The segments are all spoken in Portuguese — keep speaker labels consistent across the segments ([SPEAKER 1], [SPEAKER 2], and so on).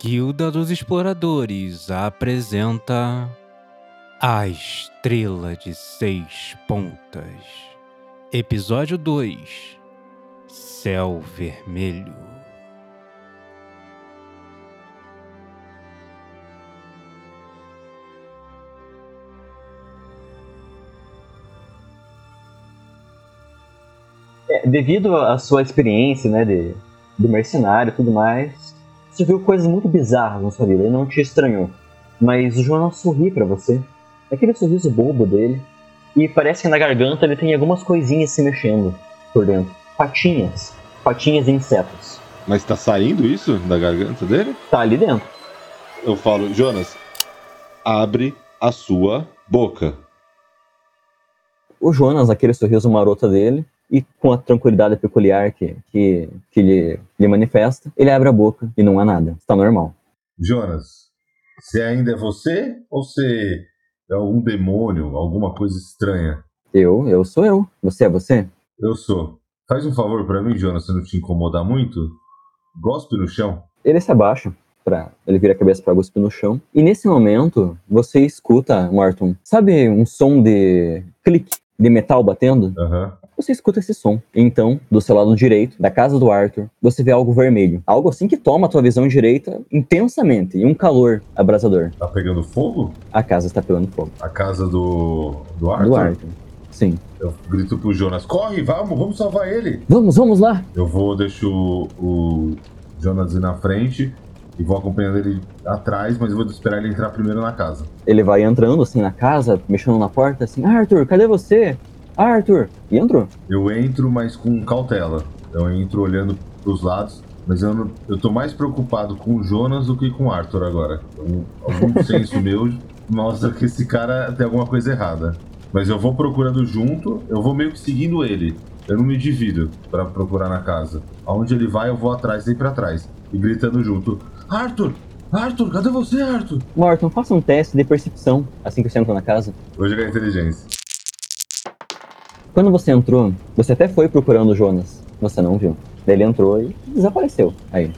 [SPEAKER 1] Guilda dos Exploradores apresenta A Estrela de Seis Pontas, Episódio 2 Céu Vermelho.
[SPEAKER 2] É, devido à sua experiência, né, de, de mercenário e tudo mais, você viu coisas muito bizarras na sua vida e não te estranhou. Mas o João sorri para você, aquele sorriso bobo dele, e parece que na garganta ele tem algumas coisinhas se mexendo por dentro. Patinhas, patinhas de insetos.
[SPEAKER 3] Mas tá saindo isso da garganta dele?
[SPEAKER 2] Tá ali dentro.
[SPEAKER 3] Eu falo, Jonas, abre a sua boca.
[SPEAKER 2] O Jonas, aquele sorriso maroto dele, e com a tranquilidade peculiar que, que, que lhe, lhe manifesta, ele abre a boca e não há nada. Está normal.
[SPEAKER 4] Jonas, você ainda é você ou você é um demônio, alguma coisa estranha?
[SPEAKER 2] Eu, eu sou eu. Você é você?
[SPEAKER 4] Eu sou. Faz um favor pra mim, Jonas, se não te incomodar muito. Gospe no chão.
[SPEAKER 2] Ele se abaixa para ele vira a cabeça para cuspir no chão. E nesse momento, você escuta, Morton, sabe um som de clique de metal batendo?
[SPEAKER 4] Aham.
[SPEAKER 2] Você escuta esse som. Então, do seu lado direito, da casa do Arthur, você vê algo vermelho. Algo assim que toma a tua visão direita intensamente e um calor abrasador.
[SPEAKER 4] Tá pegando fogo?
[SPEAKER 2] A casa está pegando fogo.
[SPEAKER 4] A casa do. do Arthur?
[SPEAKER 2] Do Arthur. Sim.
[SPEAKER 4] Eu grito pro Jonas: corre, vamos, vamos salvar ele!
[SPEAKER 2] Vamos, vamos lá!
[SPEAKER 4] Eu vou, deixo o, o Jonas ir na frente e vou acompanhando ele atrás, mas eu vou esperar ele entrar primeiro na casa.
[SPEAKER 2] Ele vai entrando assim na casa, mexendo na porta, assim: Arthur, cadê você? Arthur! E entrou.
[SPEAKER 4] Eu entro, mas com cautela. Então, Eu entro olhando pros lados, mas eu, não, eu tô mais preocupado com o Jonas do que com o Arthur agora. Um- algum senso meu mostra que esse cara tem alguma coisa errada. Mas eu vou procurando junto, eu vou meio que seguindo ele. Eu não me divido pra procurar na casa. Aonde ele vai, eu vou atrás, daí pra trás. E gritando junto: Arthur! Arthur, cadê você, Arthur?
[SPEAKER 2] Morton, faça um teste de percepção assim que você entra na casa.
[SPEAKER 4] Vou jogar inteligência.
[SPEAKER 2] Quando você entrou, você até foi procurando o Jonas. Você não viu. Daí Ele entrou e desapareceu. Aí.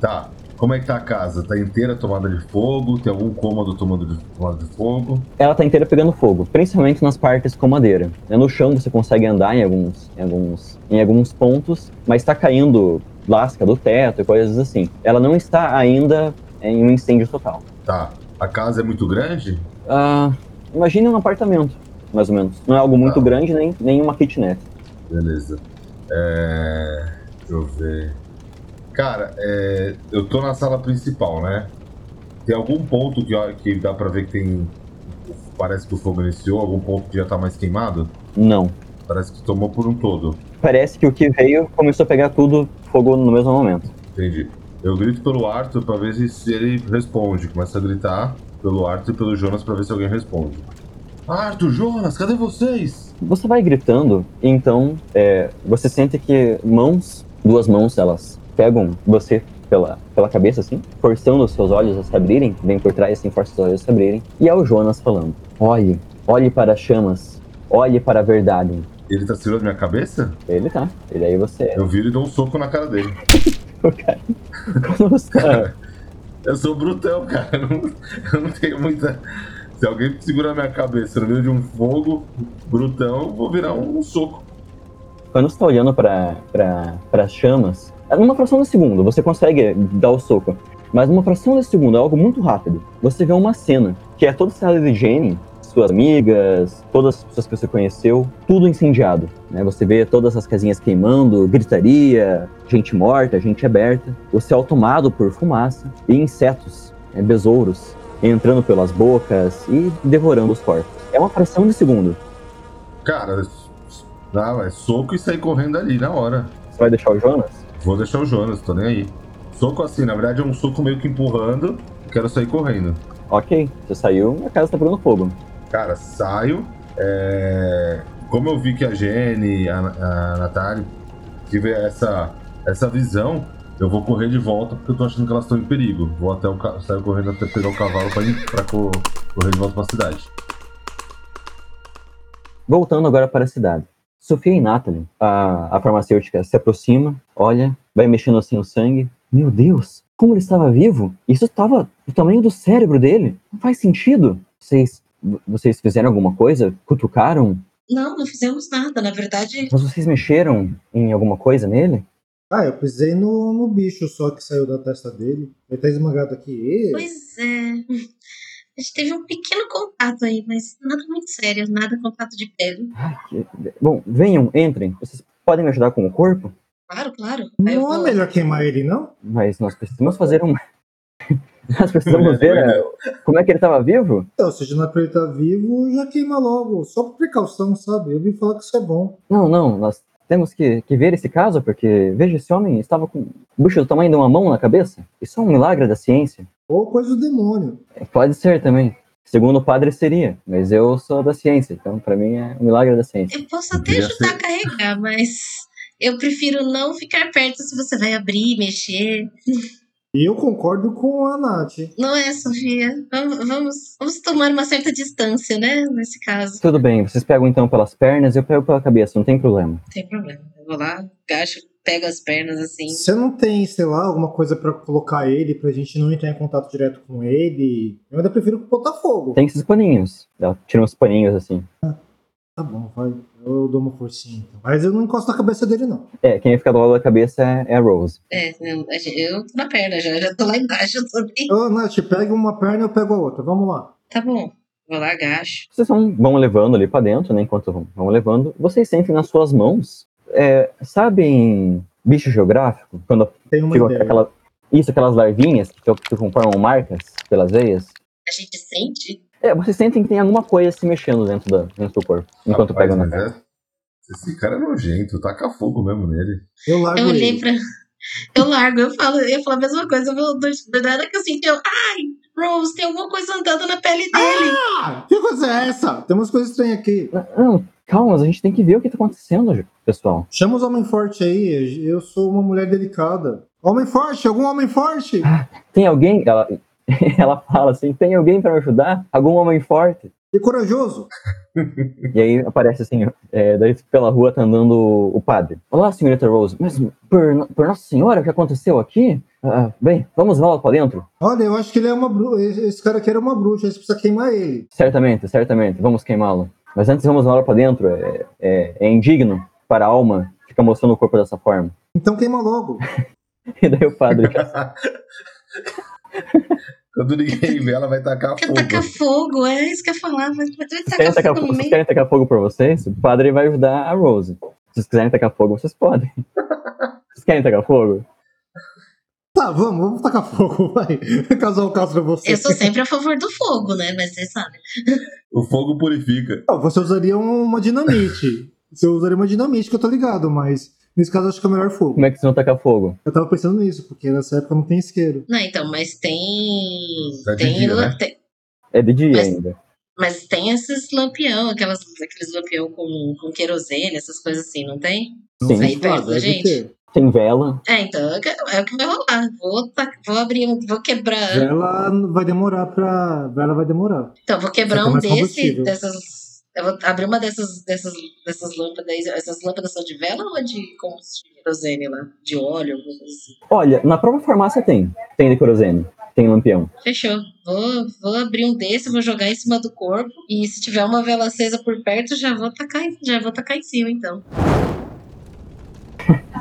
[SPEAKER 4] Tá. Como é que tá a casa? Tá inteira tomada de fogo? Tem algum cômodo tomando de, tomado de fogo?
[SPEAKER 2] Ela tá inteira pegando fogo, principalmente nas partes com madeira. É No chão você consegue andar em alguns, em alguns, em alguns pontos, mas tá caindo lasca do teto e coisas assim. Ela não está ainda em um incêndio total.
[SPEAKER 4] Tá. A casa é muito grande?
[SPEAKER 2] Ah, imagine um apartamento, mais ou menos. Não é algo muito
[SPEAKER 4] Tá.
[SPEAKER 2] grande, nem, nem uma kitnet.
[SPEAKER 4] Beleza. É... Deixa eu ver. Cara, é, eu tô na sala principal, né? Tem algum ponto que, ó, que dá pra ver que tem. Parece que o fogo iniciou, algum ponto que já tá mais queimado?
[SPEAKER 2] Não.
[SPEAKER 4] Parece que tomou por um todo.
[SPEAKER 2] Parece que o que veio começou a pegar tudo fogo no mesmo momento.
[SPEAKER 4] Entendi. Eu grito pelo Arthur pra ver se- se ele responde. Começa a gritar pelo Arthur e pelo Jonas pra ver se alguém responde. Arthur, Jonas, cadê vocês?
[SPEAKER 2] Você vai gritando, e então é, você sente que mãos, duas mãos, elas pegam você pela, pela cabeça, assim, forçando os seus olhos a se abrirem, vem por trás, assim, força os olhos a se abrirem, e é o Jonas falando: Olhe, olhe para as chamas, olhe para a verdade.
[SPEAKER 4] Ele tá segurando minha cabeça?
[SPEAKER 2] Ele tá, e daí você.
[SPEAKER 4] Eu viro e dou um soco na cara dele.
[SPEAKER 2] O cara. Quando você- ah,
[SPEAKER 4] Eu sou brutão, cara. Eu não, eu não tenho muita. Se alguém segurar minha cabeça no meio de um fogo brutão, eu vou virar um, soco.
[SPEAKER 2] Quando você tá olhando para pra, as chamas, é numa fração de segundo você consegue dar o soco, mas numa fração de segundo é algo muito rápido. Você vê uma cena que é toda a cidade de Jenny, suas amigas, todas as pessoas que você conheceu, tudo incendiado. Né? Você vê todas as casinhas queimando, gritaria, gente morta, gente aberta, o céu tomado por fumaça e insetos, né, besouros, entrando pelas bocas e devorando os corpos. É uma fração de segundo.
[SPEAKER 4] Cara, dá, é soco e sair correndo ali na hora.
[SPEAKER 2] Você vai deixar o Jonas?
[SPEAKER 4] Vou deixar o Jonas, tô nem aí. Soco assim, na verdade é um soco meio que empurrando. Quero sair correndo.
[SPEAKER 2] Ok, você saiu, a casa tá pegando fogo.
[SPEAKER 4] Cara, saio. é, Como eu vi que a Jenny, a, a Natália tiver essa, essa visão, eu vou correr de volta porque eu tô achando que elas estão em perigo. Vou até o ca... saio correndo até pegar o cavalo pra, ir, pra co- correr de volta pra cidade.
[SPEAKER 2] Voltando agora para a cidade. Sofia e Natalie, a, a farmacêutica, se aproxima, olha, vai mexendo assim o sangue. Meu Deus, como ele estava vivo, isso estava do tamanho do cérebro dele. Não faz sentido. Vocês, vocês fizeram alguma coisa? Cutucaram?
[SPEAKER 5] Não, não fizemos nada. Na verdade,
[SPEAKER 2] Mas vocês mexeram em alguma coisa nele?
[SPEAKER 6] Ah, eu pisei no, no bicho só que saiu da testa dele. Ele tá esmagado aqui. Ê,
[SPEAKER 5] pois é. A gente teve um pequeno contato aí, mas nada muito sério, nada contato de pele.
[SPEAKER 2] Bom, venham, entrem. Vocês podem me ajudar com o corpo?
[SPEAKER 5] Claro, claro. Aí eu
[SPEAKER 6] Não
[SPEAKER 5] vou
[SPEAKER 6] é
[SPEAKER 5] lá.
[SPEAKER 6] melhor queimar ele, não?
[SPEAKER 2] Mas nós precisamos fazer um. nós precisamos ver eh, como é que ele estava vivo?
[SPEAKER 6] Então, se já não é pra ele tá vivo, já queima logo. Só por precaução, sabe? Eu vim falar que isso é bom.
[SPEAKER 2] Não, não, nós temos que, que ver esse caso, porque veja, esse homem estava com um bucho do tamanho de uma mão na cabeça. Isso é um milagre da ciência. É,
[SPEAKER 6] Ou coisa do demônio.
[SPEAKER 2] Pode ser também. Segundo o padre seria, mas eu sou da ciência, então pra mim é um milagre da ciência.
[SPEAKER 5] Eu posso
[SPEAKER 4] Eu
[SPEAKER 5] até
[SPEAKER 4] queria
[SPEAKER 5] ajudar
[SPEAKER 4] ser-
[SPEAKER 5] a carregar, mas eu prefiro não ficar perto se você vai abrir, mexer.
[SPEAKER 6] E eu concordo com a Nath.
[SPEAKER 5] Não é, Sofia? Vamos, vamos, vamos tomar uma certa distância, né? Nesse caso.
[SPEAKER 2] Tudo bem, vocês pegam então pelas pernas, eu pego pela cabeça, não tem problema.
[SPEAKER 5] Não tem problema. Eu vou lá, gacho, pego as pernas assim.
[SPEAKER 6] Você não tem, sei lá, alguma coisa pra colocar ele, pra gente não entrar em contato direto com ele? Eu ainda prefiro botar fogo.
[SPEAKER 2] Tem esses paninhos. Ela tira uns paninhos assim.
[SPEAKER 6] Tá bom, vai. Eu dou uma forcinha então. Mas eu não encosto na cabeça dele, não.
[SPEAKER 2] É, quem fica do lado da cabeça é, é a Rose.
[SPEAKER 5] É, não, a gente- eu tô na perna já, já tô lá embaixo também.
[SPEAKER 6] Ô, Nath, pega uma perna e eu pego a outra. Vamos lá.
[SPEAKER 5] Tá bom, vou lá, agacho.
[SPEAKER 2] Vocês vão, vão levando ali pra dentro, né? Enquanto vão, vão levando, vocês sentem nas suas mãos. É, sabem bicho geográfico? Quando
[SPEAKER 6] Tem uma
[SPEAKER 2] ficam
[SPEAKER 6] ideia.
[SPEAKER 2] Tipo aquela, isso, aquelas larvinhas que, que formam marcas pelas veias?
[SPEAKER 5] A gente sente?
[SPEAKER 2] É, vocês sentem que tem alguma coisa se mexendo dentro, da, dentro do corpo, enquanto
[SPEAKER 4] Rapaz,
[SPEAKER 2] pegam na
[SPEAKER 4] mas
[SPEAKER 2] cara.
[SPEAKER 4] é- Esse cara é nojento, taca fogo mesmo nele.
[SPEAKER 6] Eu largo
[SPEAKER 5] Eu olhei
[SPEAKER 6] ele.
[SPEAKER 5] pra. Eu largo, eu falo, eu ia falar a mesma coisa. Eu vou, do nada que eu senti, eu. Ai, Rose, tem alguma coisa andando na pele dele.
[SPEAKER 6] Ah, que coisa é essa? Tem umas coisas estranhas aqui.
[SPEAKER 2] Não, não, calma, a gente tem que ver o que tá acontecendo, pessoal.
[SPEAKER 6] Chama os homens fortes aí. Eu sou uma mulher delicada. Homem forte, algum homem forte?
[SPEAKER 2] Tem alguém? Ela, ela fala assim: tem alguém pra me ajudar? Algum homem forte?
[SPEAKER 6] E corajoso.
[SPEAKER 2] E aí aparece assim, é, daí pela rua tá andando o, o padre. Olá, senhorita Rose, mas por, no- por Nossa Senhora, o que aconteceu aqui? Ah, bem, vamos lá pra dentro?
[SPEAKER 6] Olha, eu acho que ele é uma bruxa. Esse cara aqui era uma bruxa, a gente precisa queimar ele.
[SPEAKER 2] Certamente, certamente, vamos queimá-lo. Mas antes vamos lá pra dentro, é, é, é indigno para a alma ficar mostrando o corpo dessa forma.
[SPEAKER 6] Então queima logo.
[SPEAKER 2] E daí o padre,
[SPEAKER 4] Quando ninguém vê, ela vai tacar
[SPEAKER 5] Quer
[SPEAKER 4] fogo.
[SPEAKER 5] tacar fogo, é isso que eu ia falar. Mas mas vai
[SPEAKER 2] querem
[SPEAKER 5] tacar
[SPEAKER 2] tacar,
[SPEAKER 5] fogo no
[SPEAKER 2] vocês
[SPEAKER 5] meio.
[SPEAKER 2] querem tacar fogo pra vocês? O padre vai ajudar a Rose. Se vocês quiserem tacar fogo, vocês podem. Vocês querem tacar fogo?
[SPEAKER 6] Tá, vamos, vamos tacar fogo, vai. Casar o caso pra você.
[SPEAKER 5] Eu sou sempre a favor do fogo, né? Mas vocês sabem.
[SPEAKER 4] O fogo purifica.
[SPEAKER 6] Não, você usaria uma dinamite. você usaria uma dinamite, que eu tô ligado, mas nesse caso eu acho que é melhor fogo.
[SPEAKER 2] Como é que vocês vão tacar fogo?
[SPEAKER 6] Eu tava pensando nisso, porque nessa época não tem isqueiro.
[SPEAKER 5] Não, então, mas tem.
[SPEAKER 4] Tá de
[SPEAKER 5] tem,
[SPEAKER 4] dia,
[SPEAKER 5] la-
[SPEAKER 4] né?
[SPEAKER 5] tem-
[SPEAKER 2] É de dia
[SPEAKER 5] Mas-
[SPEAKER 2] ainda.
[SPEAKER 5] Mas tem esses lampião, aquelas, aqueles lampião com, com querosene, essas coisas assim, não tem?
[SPEAKER 2] Sim.
[SPEAKER 5] Aí perto
[SPEAKER 6] Claro,
[SPEAKER 5] da
[SPEAKER 6] deve
[SPEAKER 5] gente.
[SPEAKER 6] é ter.
[SPEAKER 2] Tem vela,
[SPEAKER 5] É, então é o que- é o que vai rolar. Vou, tac- vou abrir um, vou quebrar.
[SPEAKER 6] Vela vai demorar pra. Vela vai demorar.
[SPEAKER 5] Então, vou
[SPEAKER 6] Vai
[SPEAKER 5] quebrar
[SPEAKER 6] ter
[SPEAKER 5] um
[SPEAKER 6] É mais
[SPEAKER 5] desse,
[SPEAKER 6] combustível.
[SPEAKER 5] dessas. Eu vou abrir uma dessas, dessas, dessas lâmpadas. Essas lâmpadas são de vela ou de combustível? Querosene lá? De óleo? alguma coisa assim.
[SPEAKER 2] Olha, na própria farmácia tem. Tem de querosene, tem lampião.
[SPEAKER 5] Fechou. Vou, vou abrir um desse, vou jogar em cima do corpo. E se tiver uma vela acesa por perto, já vou tacar, em- já vou tacar em cima, então.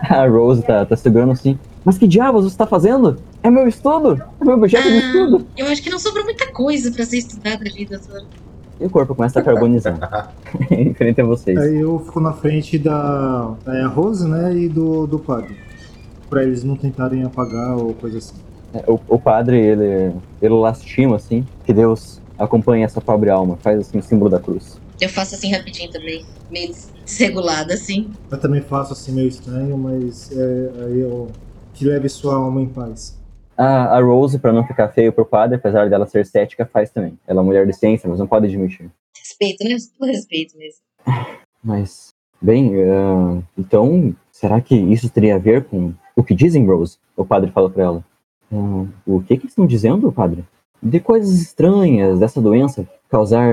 [SPEAKER 2] A Rose tá, tá segurando assim. Mas que diabos você tá fazendo? É meu estudo! É meu objeto
[SPEAKER 5] Ah,
[SPEAKER 2] de estudo!
[SPEAKER 5] Eu acho que não sobrou muita coisa pra ser estudada ali, doutor.
[SPEAKER 2] E o corpo começa a carbonizar. em frente a vocês.
[SPEAKER 6] Aí eu fico na frente da, da Rose, né? E do, do padre. Pra eles não tentarem apagar ou coisa assim.
[SPEAKER 2] É, O, o padre, ele, ele lastima assim. Que Deus acompanhe essa pobre alma. Faz assim o símbolo da cruz.
[SPEAKER 5] Eu faço assim rapidinho também. Meio desregulada, assim.
[SPEAKER 6] Eu também faço assim meio estranho, mas é, aí eu. Que leve sua alma em paz.
[SPEAKER 2] A, a Rose, pra não ficar feio pro padre, apesar dela ser cética, faz também. Ela é mulher de ciência, mas não pode admitir.
[SPEAKER 5] Respeito, né? Todo respeito mesmo.
[SPEAKER 2] Mas, bem, ah, então, será que isso teria a ver com o que dizem, Rose? O padre fala pra ela. Ah, o que que estão dizendo, padre? De coisas estranhas dessa doença causar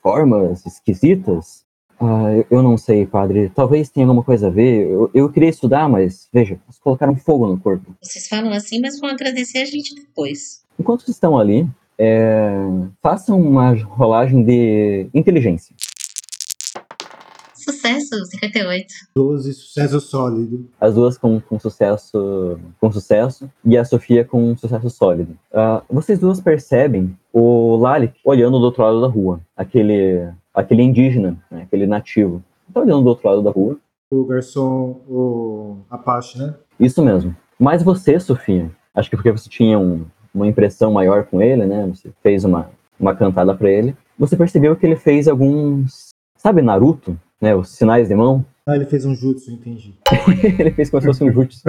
[SPEAKER 2] formas esquisitas? Ah, eu, eu não sei, padre. Talvez tenha alguma coisa a ver. Eu, eu queria estudar, mas veja, eles colocaram fogo no corpo.
[SPEAKER 5] Vocês falam assim, mas vão agradecer a gente depois.
[SPEAKER 2] Enquanto vocês estão ali, é, façam uma rolagem de inteligência.
[SPEAKER 5] Sucesso, 58.
[SPEAKER 6] 12, sucesso sólido.
[SPEAKER 2] As duas com, com sucesso com sucesso e a Sofia com sucesso sólido. Ah, vocês duas percebem o Lalik olhando do outro lado da rua. Aquele, aquele indígena, né, aquele nativo. Tá olhando do outro lado da rua.
[SPEAKER 6] O garçom, o Apache, né?
[SPEAKER 2] Isso mesmo. Mas você, Sofia, acho que porque você tinha um- uma impressão maior com ele, né? Você fez uma, uma cantada pra ele. Você percebeu que ele fez alguns. Sabe Naruto? Né, os sinais de mão?
[SPEAKER 6] Ah, ele fez um jutsu, entendi.
[SPEAKER 2] ele fez como se fosse um jutsu.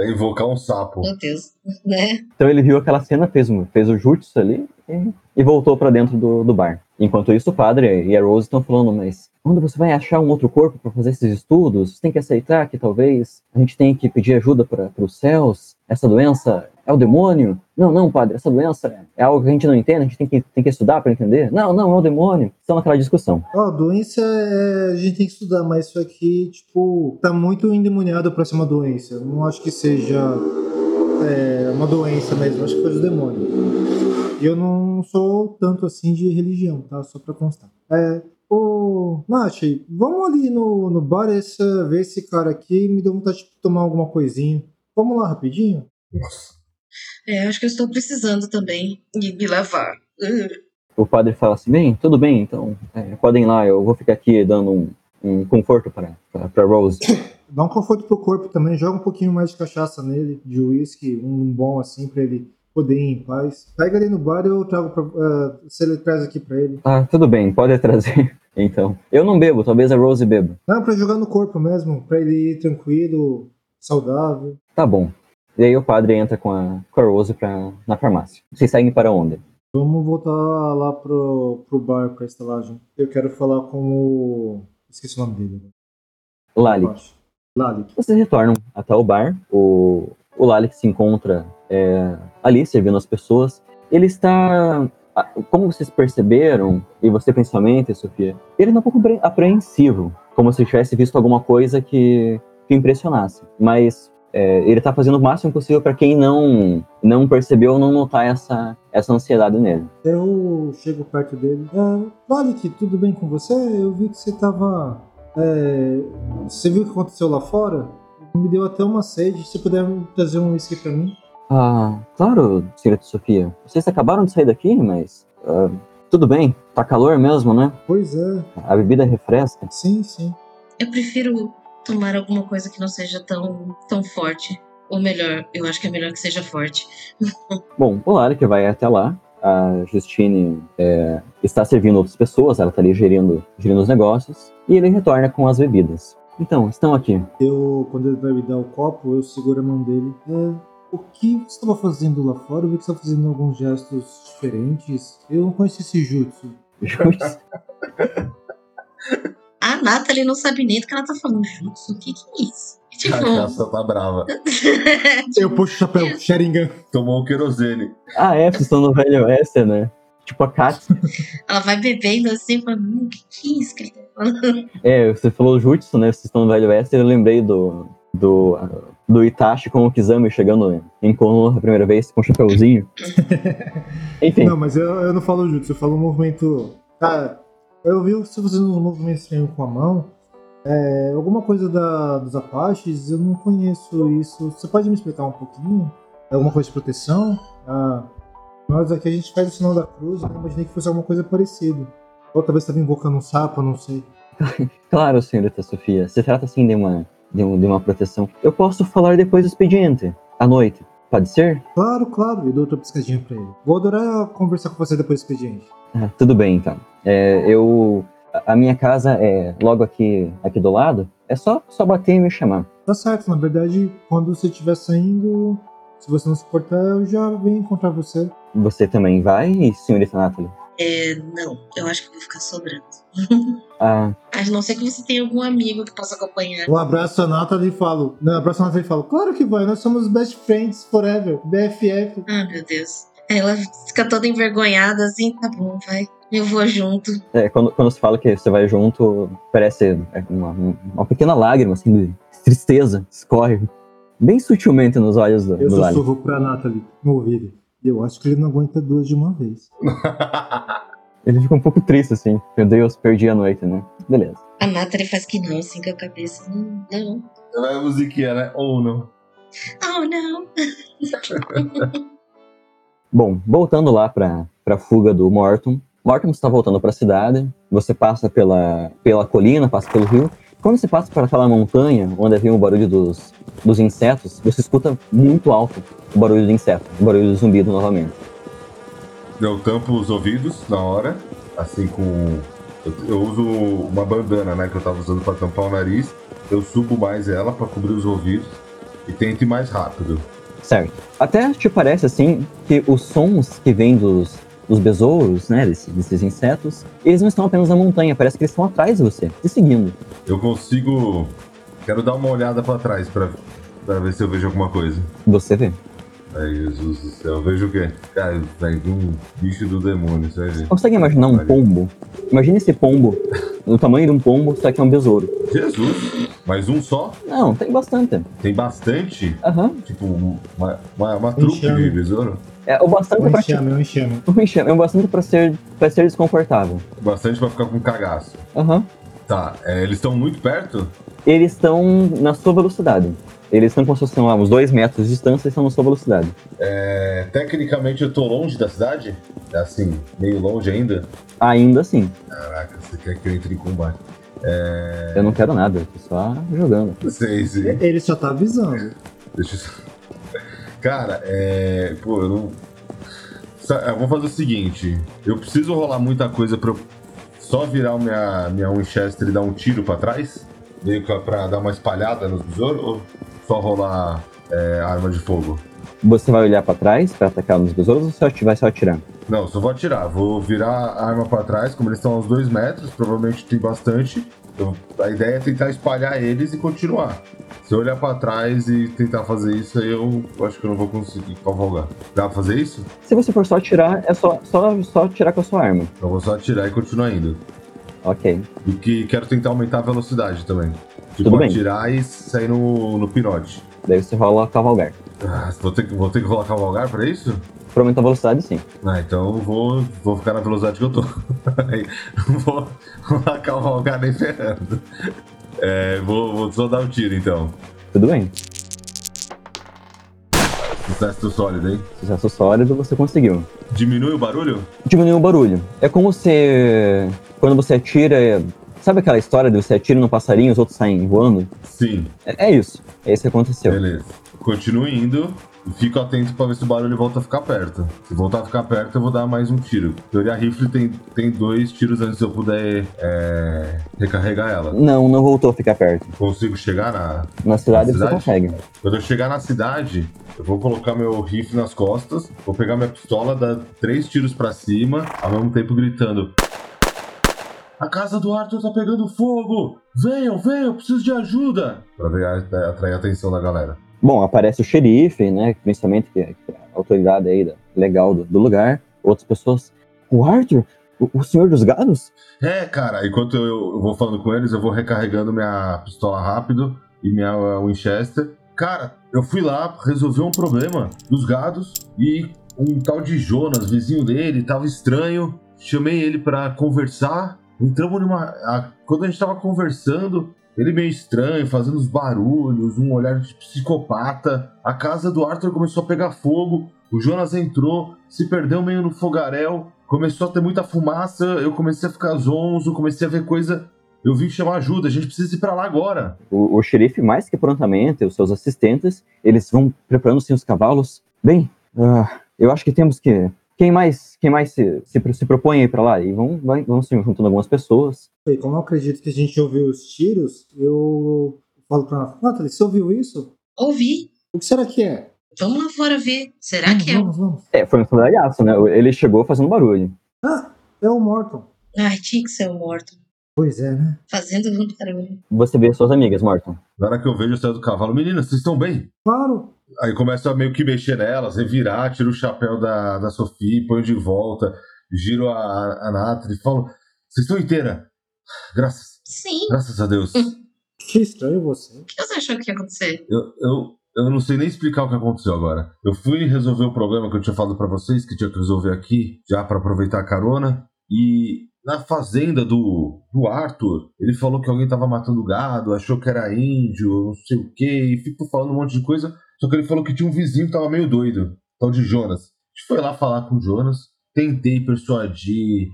[SPEAKER 4] É invocar um sapo.
[SPEAKER 5] Meu Deus, né?
[SPEAKER 2] Então ele viu aquela cena, fez, um- fez o jutsu ali e, e voltou pra dentro do, do bar. Enquanto isso, o padre e a Rose estão falando, mas quando você vai achar um outro corpo pra fazer esses estudos? Você tem que aceitar que talvez a gente tenha que pedir ajuda para os céus? Essa doença é o demônio? Não, não, padre, essa doença é algo que a gente não entende, a gente tem que, tem que estudar pra entender? Não, não, é o demônio. Estão naquela discussão.
[SPEAKER 6] Ó, doença é... a gente tem que estudar, mas isso aqui, tipo, tá muito endemoniado pra ser uma doença. Eu Não acho que seja é, uma doença mesmo, acho que foi do demônio. E eu não sou tanto assim de religião, tá? Só pra constar. É, ô, Nath, vamos ali no, no bar essa, ver esse cara aqui, me deu vontade de tomar alguma coisinha. Vamos lá rapidinho?
[SPEAKER 4] Nossa.
[SPEAKER 5] É, acho que eu estou precisando também de me lavar. Uh,
[SPEAKER 2] O padre fala assim, bem, tudo bem, então é, podem ir lá, eu vou ficar aqui dando um, um conforto para Rose.
[SPEAKER 6] Dá um conforto pro corpo também, joga um pouquinho mais de cachaça nele, de uísque, um bom assim pra ele poder ir em paz. Pega ele no bar e eu trago pra, ah, se ele traz aqui pra ele.
[SPEAKER 2] Ah, tudo bem, pode trazer. Então, eu não bebo, talvez a Rose beba.
[SPEAKER 6] Não, pra jogar no corpo mesmo, pra ele ir tranquilo, saudável.
[SPEAKER 2] Tá bom. E aí o padre entra com a, com a Rose pra, na farmácia. Vocês saem para onde?
[SPEAKER 6] Vamos voltar lá pro, pro bar, pra estalagem. Eu quero falar com o... Esqueci o nome dele. agora, eu
[SPEAKER 2] Lali.
[SPEAKER 6] acho. Lalik.
[SPEAKER 2] Vocês retornam até o bar. O, o Lali que se encontra é, ali, servindo as pessoas. Ele está... a- Como vocês perceberam, e você principalmente, Sofia, ele está um pouco apre- apreensivo. Como se tivesse visto alguma coisa que, que o impressionasse. Mas é, ele está fazendo o máximo possível para quem não, não percebeu, não notar essa, essa ansiedade nele.
[SPEAKER 6] Eu chego perto dele. Ah, Lalik, tudo bem com você? Eu vi que você tava. é, você viu o que aconteceu lá fora? Me deu até uma sede. Se puder trazer um whisky pra mim.
[SPEAKER 2] Ah, claro, senhorita Sofia. Vocês acabaram de sair daqui, mas. ah, tudo bem, tá calor mesmo, né?
[SPEAKER 6] Pois é,
[SPEAKER 2] A bebida refresca.
[SPEAKER 6] sim, sim.
[SPEAKER 5] eu prefiro tomar alguma coisa que não seja tão, tão forte. Ou melhor, eu acho que é melhor que seja forte.
[SPEAKER 2] Bom, o Lari que vai até lá. A Justine é, está servindo outras pessoas, ela tá ali gerindo, gerindo os negócios. E ele retorna com as bebidas. Então, estão aqui.
[SPEAKER 6] Eu, quando ele vai me dar o copo, eu seguro a mão dele. É, o que você estava fazendo lá fora? Eu vi que você estava fazendo alguns gestos diferentes. Eu não conheço esse jutsu.
[SPEAKER 2] Juts.
[SPEAKER 5] A Nathalie não sabe nem do que ela tá falando juntos. O que que é isso? Tipo,
[SPEAKER 4] Cachaça tá brava.
[SPEAKER 6] Eu puxo o chapéu, Sharingan.
[SPEAKER 4] Tomou o querosene.
[SPEAKER 2] ah, é, vocês estão no Velho Oeste, né? Tipo a Kat.
[SPEAKER 5] ela vai bebendo assim, falando, "Hum, o que que é isso que ele tá falando?
[SPEAKER 2] É, você falou Jutsu, né? Vocês estão no Velho Oeste. Eu lembrei do. Do, ah, do Itachi com o Kizami chegando em Konoha a primeira vez com o chapeuzinho. Enfim.
[SPEAKER 6] Não, mas eu, eu não falo jutsu, eu falo um movimento. Ah, eu vi você fazendo um movimento estranho com a mão. É, alguma coisa da, dos Apaches, eu não conheço isso. Você pode me explicar um pouquinho? Alguma coisa de proteção? Ah, nós aqui a gente faz o sinal da cruz, eu imaginei que fosse alguma coisa parecida. Ou talvez estava invocando um sapo, eu não sei.
[SPEAKER 2] Claro, senhorita Sofia. Se trata sim de uma, de, um- de uma proteção. Eu posso falar depois do expediente, à noite. Pode ser?
[SPEAKER 6] Claro, claro, eu dou outra piscadinha pra ele. Vou adorar conversar com você depois do expediente.
[SPEAKER 2] Ah, tudo bem, então. É, eu. A a minha casa é logo aqui, aqui do lado. É só, só bater e me chamar.
[SPEAKER 6] Tá certo, na verdade, quando você estiver saindo, se você não se portar, eu já venho encontrar você.
[SPEAKER 2] Você também vai, senhorita Nathalie?
[SPEAKER 5] É, não, eu acho que eu vou ficar sobrando.
[SPEAKER 2] Ah,
[SPEAKER 5] A não ser que você tenha algum amigo que possa acompanhar.
[SPEAKER 6] Um abraço a Nathalie e falo. Não, abraço a Nathalie e falo. Claro que vai, nós somos best friends forever. BFF.
[SPEAKER 5] Ah, meu Deus. Aí Ela fica toda envergonhada assim, tá bom, vai. Eu vou junto.
[SPEAKER 2] É, quando, quando você fala que você vai junto, parece é, uma, uma pequena lágrima, assim, de tristeza, escorre bem sutilmente nos olhos do,
[SPEAKER 6] Eu
[SPEAKER 2] do Lali.
[SPEAKER 6] sussurro pra Nathalie no ouvido. Eu acho que ele não aguenta duas de uma vez.
[SPEAKER 2] Ele fica um pouco triste, assim. Meu Deus, perdi a noite, né? Beleza.
[SPEAKER 5] A Nathalie faz que não, assim com a cabeça. Hum, Não.
[SPEAKER 4] Vai a musiquinha, né? Ou não.
[SPEAKER 5] Oh, não.
[SPEAKER 2] Bom, voltando lá pra, pra fuga do Morton. Morton está voltando pra cidade. Você passa pela, pela colina, passa pelo rio. Quando você passa por aquela montanha, onde havia o barulho dos, dos insetos, você escuta muito alto o barulho do inseto, o barulho do zumbido novamente.
[SPEAKER 4] Eu tampo os ouvidos na hora, assim com. Eu, eu uso uma bandana, né? Que eu tava usando pra tampar o nariz. Eu subo mais ela pra cobrir os ouvidos e tento ir mais rápido.
[SPEAKER 2] Certo. Até te parece assim que os sons que vêm dos, dos besouros, né, desse- desses insetos, eles não estão apenas na montanha, parece que eles estão atrás de você, te seguindo.
[SPEAKER 4] Eu consigo. Quero dar uma olhada pra trás pra, pra ver se eu vejo alguma coisa.
[SPEAKER 2] Você vê.
[SPEAKER 4] Ai, Jesus do céu, eu vejo o quê? Cara, vai vir um bicho do demônio, isso aí. gente.
[SPEAKER 2] Consegue imaginar um
[SPEAKER 4] Olha.
[SPEAKER 2] pombo? Imagina esse pombo, do tamanho de um pombo, só que é um besouro.
[SPEAKER 4] Jesus! Mais um só?
[SPEAKER 2] Não, tem bastante.
[SPEAKER 4] Tem bastante?
[SPEAKER 2] Aham.
[SPEAKER 4] Tipo, uma, uma, uma trupe
[SPEAKER 6] Enxame.
[SPEAKER 4] de besouro?
[SPEAKER 2] É o bastante
[SPEAKER 6] Um
[SPEAKER 2] pra te...
[SPEAKER 6] enxame, um enxame.
[SPEAKER 2] Um enxame, É o bastante pra ser, pra ser desconfortável.
[SPEAKER 4] Bastante pra ficar com cagaço.
[SPEAKER 2] Aham.
[SPEAKER 4] Tá, é, eles estão muito perto?
[SPEAKER 2] Eles estão na sua velocidade. Eles estão com são lá, uns dois metros de distância e estão na sua velocidade.
[SPEAKER 4] É, tecnicamente eu tô longe da cidade? É Assim, meio longe ainda?
[SPEAKER 2] Ainda assim,
[SPEAKER 4] Caraca, você quer que eu entre em combate? É.
[SPEAKER 2] eu não quero nada, eu tô só jogando.
[SPEAKER 4] Não sei se.
[SPEAKER 6] Ele só tá avisando.
[SPEAKER 4] Deixa eu... só- Cara, é. Pô, eu não. Sa- Eu vou fazer o seguinte: eu preciso rolar muita coisa pra eu só virar minha, minha Winchester e dar um tiro pra trás? Meio que pra dar uma espalhada nos besouros? Ou só rolar é, arma de fogo?
[SPEAKER 2] Você vai olhar pra trás pra atacar nos besouros ou você vai só atirar?
[SPEAKER 4] Não, eu só vou atirar. Vou virar a arma pra trás, como eles estão aos dois metros, provavelmente tem bastante. Eu- a ideia é tentar espalhar eles e continuar. Se eu olhar pra trás e tentar fazer isso, aí eu acho que eu não vou conseguir cavalgar. Dá pra fazer isso?
[SPEAKER 2] Se você for só atirar, é só, só, só atirar com a sua arma.
[SPEAKER 4] Então eu vou só atirar e continuar indo.
[SPEAKER 2] Ok.
[SPEAKER 4] E que quero tentar aumentar a velocidade também. Tipo,
[SPEAKER 2] Tudo bem.
[SPEAKER 4] atirar e sair no, no pinote.
[SPEAKER 2] Daí você rola cavalgar.
[SPEAKER 4] Ah, vou, ter, que- vou ter que rolar cavalgar pra isso?
[SPEAKER 2] Pra aumentar a velocidade, sim.
[SPEAKER 4] Ah, então eu vou, vou ficar na velocidade que eu tô. Aí, não vou lá cavalgar nem ferrando. É, vou, vou só dar um tiro então.
[SPEAKER 2] Tudo bem.
[SPEAKER 4] Sucesso sólido, hein?
[SPEAKER 2] Sucesso sólido, você conseguiu.
[SPEAKER 4] Diminui o barulho?
[SPEAKER 2] Diminui o barulho. É como você. Quando você atira. é- Sabe aquela história de você atira no passarinho e os outros saem voando?
[SPEAKER 4] Sim,
[SPEAKER 2] É, é isso. É isso que aconteceu.
[SPEAKER 4] beleza. Continuo indo e fico atento pra ver se o barulho volta a ficar perto. Se voltar a ficar perto, eu vou dar mais um tiro. Teoria rifle tem, tem dois tiros antes de eu puder é, recarregar ela.
[SPEAKER 2] Não, não voltou a ficar perto.
[SPEAKER 4] Consigo chegar na,
[SPEAKER 2] Na cidade,
[SPEAKER 4] Na cidade?
[SPEAKER 2] você consegue.
[SPEAKER 4] Quando eu chegar na cidade, eu vou colocar meu rifle nas costas, vou pegar minha pistola, dar três tiros pra cima, ao mesmo tempo gritando: A casa do Arthur tá pegando fogo! Venham, venham, eu preciso de ajuda! Pra ver, a- atrair a atenção da galera.
[SPEAKER 2] Bom, aparece o xerife, né? Principalmente que é, que é a autoridade aí da- legal do, do lugar. Outras pessoas. O Arthur? O, o senhor dos gados?
[SPEAKER 4] É, cara, enquanto eu, eu vou falando com eles, eu vou recarregando minha pistola rápido e minha Winchester. Cara, eu fui lá resolver um problema dos gados e um tal de Jonas, vizinho dele, tava estranho. Chamei ele pra conversar. Entramos numa. a- quando a gente tava conversando, ele meio estranho, fazendo uns barulhos, um olhar de psicopata. A casa do Arthur começou a pegar fogo. O Jonas entrou, se perdeu meio no fogaréu. Começou a ter muita fumaça. Eu comecei a ficar zonzo, comecei a ver coisa. Eu vim chamar ajuda, a gente precisa ir pra lá agora.
[SPEAKER 2] O, o xerife, mais que prontamente, os seus assistentes, eles vão preparando sim os cavalos. Bem, ah, eu acho que temos que. Quem mais, quem mais se, se, pro- se propõe aí pra lá? E vão, vai- vão se juntando algumas pessoas.
[SPEAKER 6] E como eu acredito que a gente ouviu os tiros, eu falo pra ela, Nathalie, você ouviu isso?
[SPEAKER 5] Ouvi.
[SPEAKER 6] O que será que é?
[SPEAKER 5] Vamos lá fora ver. Será que é?
[SPEAKER 6] Vamos, vamos.
[SPEAKER 2] É, foi um soldalhaço, né? Ele chegou fazendo barulho.
[SPEAKER 6] Ah, é o Morton.
[SPEAKER 5] Ai, tinha que ser o um morto.
[SPEAKER 6] Pois é, né?
[SPEAKER 5] Fazendo um barulho.
[SPEAKER 2] Você vê suas amigas, Morton.
[SPEAKER 4] Na hora que eu vejo, eu saio do cavalo. Menina, vocês estão bem?
[SPEAKER 6] Claro.
[SPEAKER 4] Aí começa a meio que mexer nelas, revirar, tira o chapéu da, da Sofia, põe de volta. giro a, a Natra e falo: Vocês estão inteira? "Ah, Graças,
[SPEAKER 5] Sim,
[SPEAKER 4] graças a Deus.
[SPEAKER 6] Que estranho você.
[SPEAKER 5] o que você achou que ia acontecer?
[SPEAKER 4] Eu, eu, eu não sei nem explicar o que aconteceu agora. Eu fui resolver o problema que eu tinha falado pra vocês, que tinha que resolver aqui, já pra aproveitar a carona. E na fazenda do, do Arthur, ele falou que alguém tava matando gado, achou que era índio, não sei o quê, e ficou falando um monte de coisa. Só que ele falou que tinha um vizinho que tava meio doido, tal de Jonas. A gente foi lá falar com o Jonas, tentei persuadir,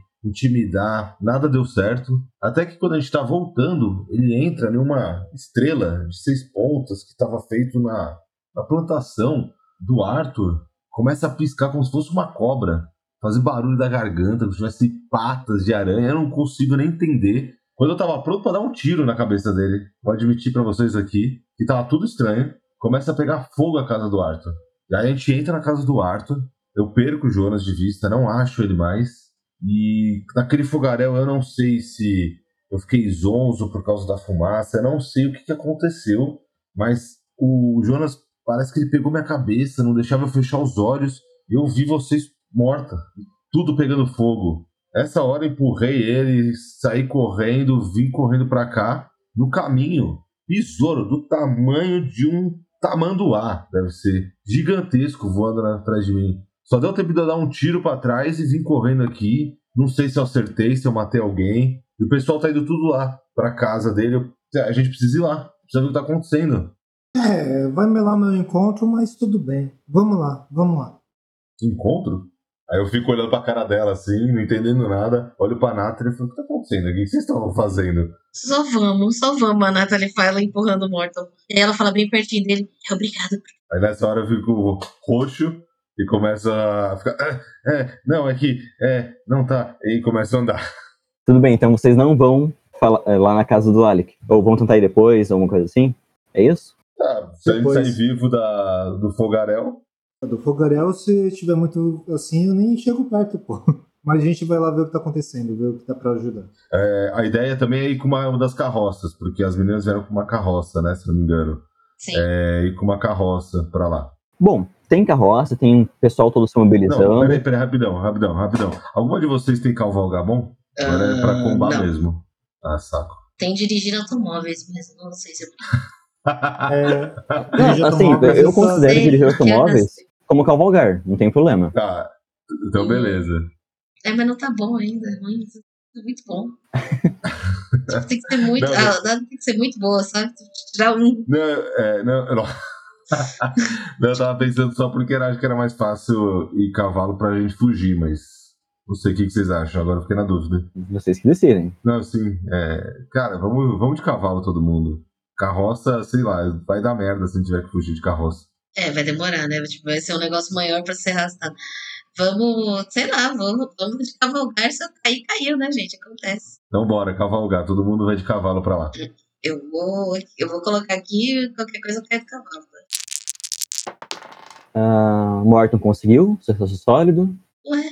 [SPEAKER 4] intimidar, nada deu certo. Até que quando a gente tá voltando, ele entra numa estrela de seis pontas que estava feito na, na plantação do Arthur. Começa a piscar como se fosse uma cobra, fazer barulho da garganta, como se tivesse patas de aranha. Eu não consigo nem entender. Quando eu tava pronto para dar um tiro na cabeça dele, vou admitir para vocês aqui que tava tudo estranho. Começa a pegar fogo a casa do Arthur. E aí a gente entra na casa do Arthur. Eu perco o Jonas de vista, não acho ele mais. E naquele fogaréu eu não sei se eu fiquei zonzo por causa da fumaça, eu não sei o que, que aconteceu, mas o Jonas parece que ele pegou minha cabeça, não deixava eu fechar os olhos. e Eu vi vocês morta, tudo pegando fogo. Essa hora eu empurrei ele, saí correndo, vim correndo pra cá. No caminho, besouro do tamanho de um tamanduá, deve ser gigantesco voando lá atrás de mim. Só deu tempo de eu dar um tiro pra trás e vim correndo aqui. Não sei se eu acertei, se eu matei alguém. E o pessoal tá indo tudo lá pra casa dele. Eu- "Ah, A gente precisa ir lá, precisa ver o que tá acontecendo.
[SPEAKER 6] É, vai melar meu encontro, mas tudo bem. Vamos lá, vamos lá.
[SPEAKER 4] Encontro? Aí eu fico olhando pra cara dela assim, não entendendo nada. Olho pra Nathalie e falo: O que tá acontecendo aqui? O que vocês estavam fazendo?
[SPEAKER 5] Só vamos, só vamos, a Natalie fala empurrando o Morton. E ela fala bem pertinho dele, é obrigado.
[SPEAKER 4] Aí nessa hora eu fico roxo e começo a ficar. É, é, não, é que. É, não tá. E começo a andar.
[SPEAKER 2] Tudo bem, então vocês não vão fala- é, lá na casa do Alec. Ou vão tentar ir depois, alguma coisa assim? É isso?
[SPEAKER 4] Tá, se a gente
[SPEAKER 6] Depois-
[SPEAKER 4] sair vivo da, do fogaréu,
[SPEAKER 6] Do fogaréu, se tiver muito assim, eu nem chego perto, pô. Mas a gente vai lá ver o que tá acontecendo, ver o que dá pra ajudar.
[SPEAKER 4] É, a ideia também é ir com uma, uma das carroças, porque as meninas vieram com uma carroça, né? Se não me engano.
[SPEAKER 5] Sim.
[SPEAKER 4] É, ir com uma carroça pra lá.
[SPEAKER 2] Bom, tem carroça, tem um pessoal todo se
[SPEAKER 4] Não,
[SPEAKER 2] mobilizando.
[SPEAKER 4] peraí, peraí, rapidão, rapidão, rapidão. Alguma de vocês tem cavalgamon? Agora é pra
[SPEAKER 5] Ah,
[SPEAKER 4] combar
[SPEAKER 5] não.
[SPEAKER 4] mesmo. Ah, saco.
[SPEAKER 5] Tem dirigir automóveis, mas eu não sei se eu Ah.
[SPEAKER 6] É,
[SPEAKER 2] Não,
[SPEAKER 6] dirigir
[SPEAKER 2] assim,
[SPEAKER 6] automóveis,
[SPEAKER 2] eu
[SPEAKER 6] essa-
[SPEAKER 2] considero- Deve
[SPEAKER 5] sei,
[SPEAKER 2] dirigir
[SPEAKER 5] porque
[SPEAKER 2] automóveis?
[SPEAKER 5] ainda-
[SPEAKER 2] Como cavalgar, não tem problema.
[SPEAKER 4] Tá, então beleza.
[SPEAKER 5] É, mas não tá bom ainda. é ruim, isso é muito bom. Tipo, tem que ser muito.
[SPEAKER 4] Não,
[SPEAKER 5] a data tem que ser muito boa, sabe? Tem que Tirar um.
[SPEAKER 4] Não, é, não, eu não. Não, eu tava pensando só porque era, acho que era mais fácil ir cavalo pra gente fugir, mas não sei o que, que vocês acham, agora eu fiquei na dúvida.
[SPEAKER 2] Vocês que decidem.
[SPEAKER 4] Não, sim. é, cara, vamos, vamos de cavalo todo mundo. Carroça, sei lá, vai dar merda se a gente tiver que fugir de carroça.
[SPEAKER 5] É, vai demorar, né? Tipo, vai ser um negócio maior pra ser arrastado. Vamos, sei lá, vamos, vamos de cavalgar. Se eu cair, caiu, né, gente? Acontece.
[SPEAKER 4] Então bora, cavalgar, todo mundo vai de cavalo pra lá.
[SPEAKER 5] Eu vou, eu vou colocar aqui, qualquer coisa eu caio do cavalo.
[SPEAKER 2] Ah, Morton conseguiu, sucesso é sólido.
[SPEAKER 5] Ué,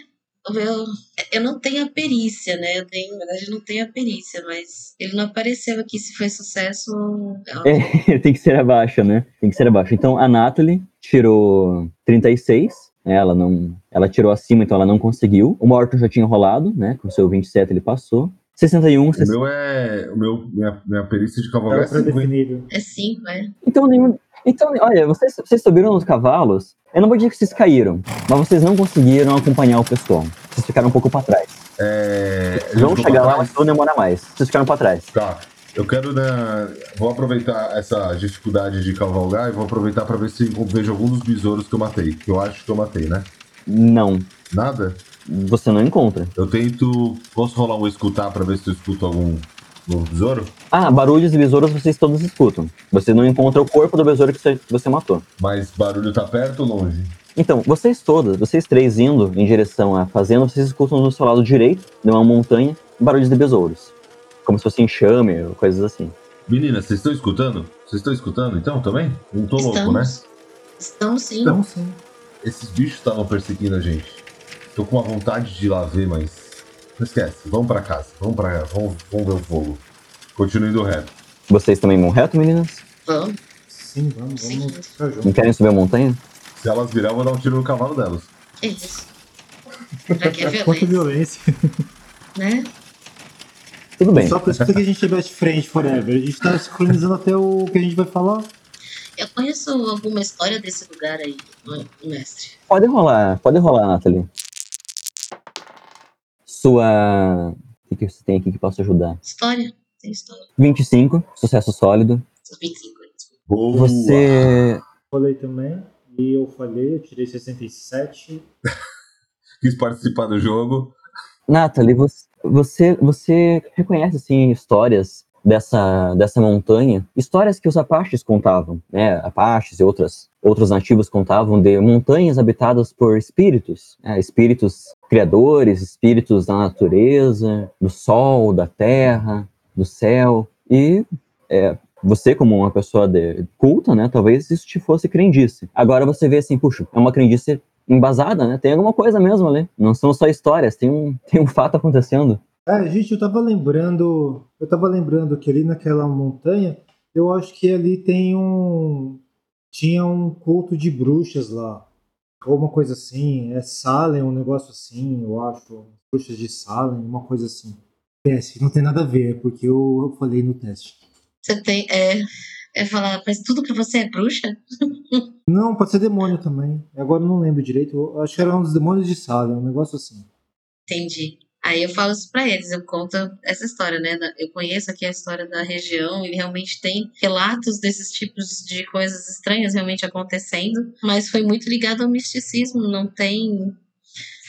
[SPEAKER 5] eu, eu não tenho a perícia, né? Eu tenho, na verdade, eu não tenho a perícia, mas ele não apareceu aqui se foi sucesso ou.
[SPEAKER 2] É, tem que ser abaixo, né? Tem que ser abaixo. Então a Natalie tirou 36. né? Ela não. Ela tirou acima, então ela não conseguiu. O Morton já tinha rolado, né? Com seu 27 ele passou. 61,
[SPEAKER 4] O meu é. O meu, minha, minha perícia de
[SPEAKER 6] É
[SPEAKER 4] cavalgar é
[SPEAKER 6] o
[SPEAKER 4] 50.
[SPEAKER 6] pré-definido.
[SPEAKER 5] É cinco, é.
[SPEAKER 2] Então nenhum. Então, olha, vocês, vocês subiram nos cavalos. Eu não vou dizer que vocês caíram, mas vocês não conseguiram acompanhar o pessoal. Vocês ficaram um pouco pra trás. Um
[SPEAKER 4] É, eu
[SPEAKER 2] Vão
[SPEAKER 4] vou
[SPEAKER 2] chegar lá, então.
[SPEAKER 4] pra
[SPEAKER 2] mas não demora mais. Vocês ficaram pra trás.
[SPEAKER 4] Tá. Eu quero. né, vou aproveitar essa dificuldade de cavalgar e vou aproveitar pra ver se eu vejo algum dos besouros que eu matei. Que eu acho que eu matei, né?
[SPEAKER 2] Não,
[SPEAKER 4] Nada?
[SPEAKER 2] você não encontra.
[SPEAKER 4] Eu tento. Posso rolar um escutar pra ver se eu escuto algum novo besouro?
[SPEAKER 2] Ah, barulhos e besouros vocês todos escutam. Você não encontra o corpo do besouro que você, que você matou.
[SPEAKER 4] Mas barulho tá perto ou longe?
[SPEAKER 2] Então, vocês todas, vocês três indo em direção à fazenda, vocês escutam do seu lado direito, de uma montanha, barulhos de besouros. Como se fosse enxame ou coisas assim.
[SPEAKER 4] Meninas, vocês estão escutando? Vocês estão escutando então também? Não tô louco, né?
[SPEAKER 5] Estamos. Estamos sim.
[SPEAKER 6] Então, sim.
[SPEAKER 4] Esses bichos estavam perseguindo a gente. Tô com uma vontade de ir lá ver, mas. Não esquece, vamos pra casa. Vamos pra vamos, vamos ver o fogo. Continue indo reto.
[SPEAKER 2] Vocês também vão reto, meninas?
[SPEAKER 5] Vamos.
[SPEAKER 6] Sim, vamos, vamos ficar
[SPEAKER 2] Não
[SPEAKER 6] junto.
[SPEAKER 2] querem subir a montanha?
[SPEAKER 4] Se elas virar, eu vou dar um tiro no cavalo delas.
[SPEAKER 5] É isso. Pra que é
[SPEAKER 6] Quanta
[SPEAKER 5] violência,
[SPEAKER 6] violência.
[SPEAKER 5] né?
[SPEAKER 2] Tudo bem.
[SPEAKER 6] Só por isso que a gente é best friend forever. A gente tá sincronizando até o que a gente vai falar.
[SPEAKER 5] Eu conheço alguma história desse lugar aí, né? m- mestre.
[SPEAKER 2] Pode rolar, pode rolar, Nathalie. Sua. O que, que você tem aqui que possa ajudar?
[SPEAKER 5] História? Tem história.
[SPEAKER 2] 25, sucesso sólido.
[SPEAKER 5] São 25 anos.
[SPEAKER 4] Boa.
[SPEAKER 2] Você.
[SPEAKER 6] Falei também. E eu falei, eu tirei 67.
[SPEAKER 4] Quis participar do jogo.
[SPEAKER 2] Nathalie, você, você, você reconhece, assim, histórias dessa, dessa montanha? Histórias que os apaches contavam, né? Apaches e outras, outros nativos contavam de montanhas habitadas por espíritos. né? Espíritos criadores, espíritos da natureza, do sol, da terra, do céu. E é, você, como uma pessoa de- culta, né? Talvez isso te fosse crendice. Agora você vê assim, puxa, é uma crendice embasada, né? Tem alguma coisa mesmo ali. Não são só histórias, tem um, tem um fato acontecendo.
[SPEAKER 6] É, gente, eu tava lembrando. Eu tava lembrando que ali naquela montanha, eu acho que ali tem um. Tinha um culto de bruxas lá. Ou uma coisa assim. É Salem, um negócio assim, eu acho. Bruxas de Salem, uma coisa assim. Teste, não tem nada a ver, é porque eu, eu falei no teste.
[SPEAKER 5] Você tem. É, é falar, mas tudo pra você é bruxa?
[SPEAKER 6] Não, pode ser demônio também. Agora eu não lembro direito. Eu acho que era um dos demônios de Salem, um negócio assim.
[SPEAKER 5] Entendi. Aí eu falo isso pra eles, eu conto essa história, né? da- Eu conheço aqui a história da região e realmente tem relatos desses tipos de coisas estranhas realmente acontecendo, mas foi muito ligado ao misticismo, não tem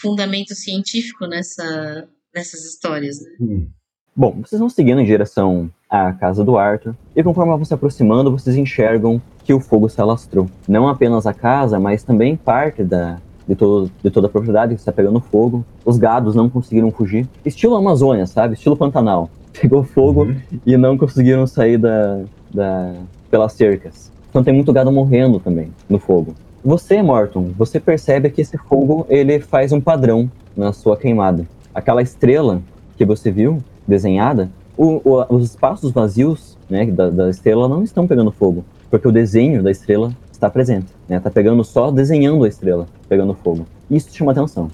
[SPEAKER 5] fundamento científico nessa, nessas histórias, né?
[SPEAKER 4] Hum.
[SPEAKER 2] Bom, vocês vão seguindo em direção à casa do Arthur, e conforme vão se aproximando, vocês enxergam que o fogo se alastrou. Não apenas a casa, mas também parte da, de, todo, de toda a propriedade que está pegando fogo. Os gados não conseguiram fugir. Estilo Amazônia, sabe? Estilo Pantanal. Pegou fogo
[SPEAKER 4] Uhum.
[SPEAKER 2] e não conseguiram sair da, da- pelas cercas. Então tem muito gado morrendo também no fogo. Você, Morton, você percebe que esse fogo ele faz um padrão na sua queimada. Aquela estrela que você viu desenhada, o- o- os espaços vazios né, da, da estrela não estão pegando fogo, porque o desenho da estrela está presente. Né? Tá pegando só desenhando a estrela, pegando fogo. Isso chama atenção.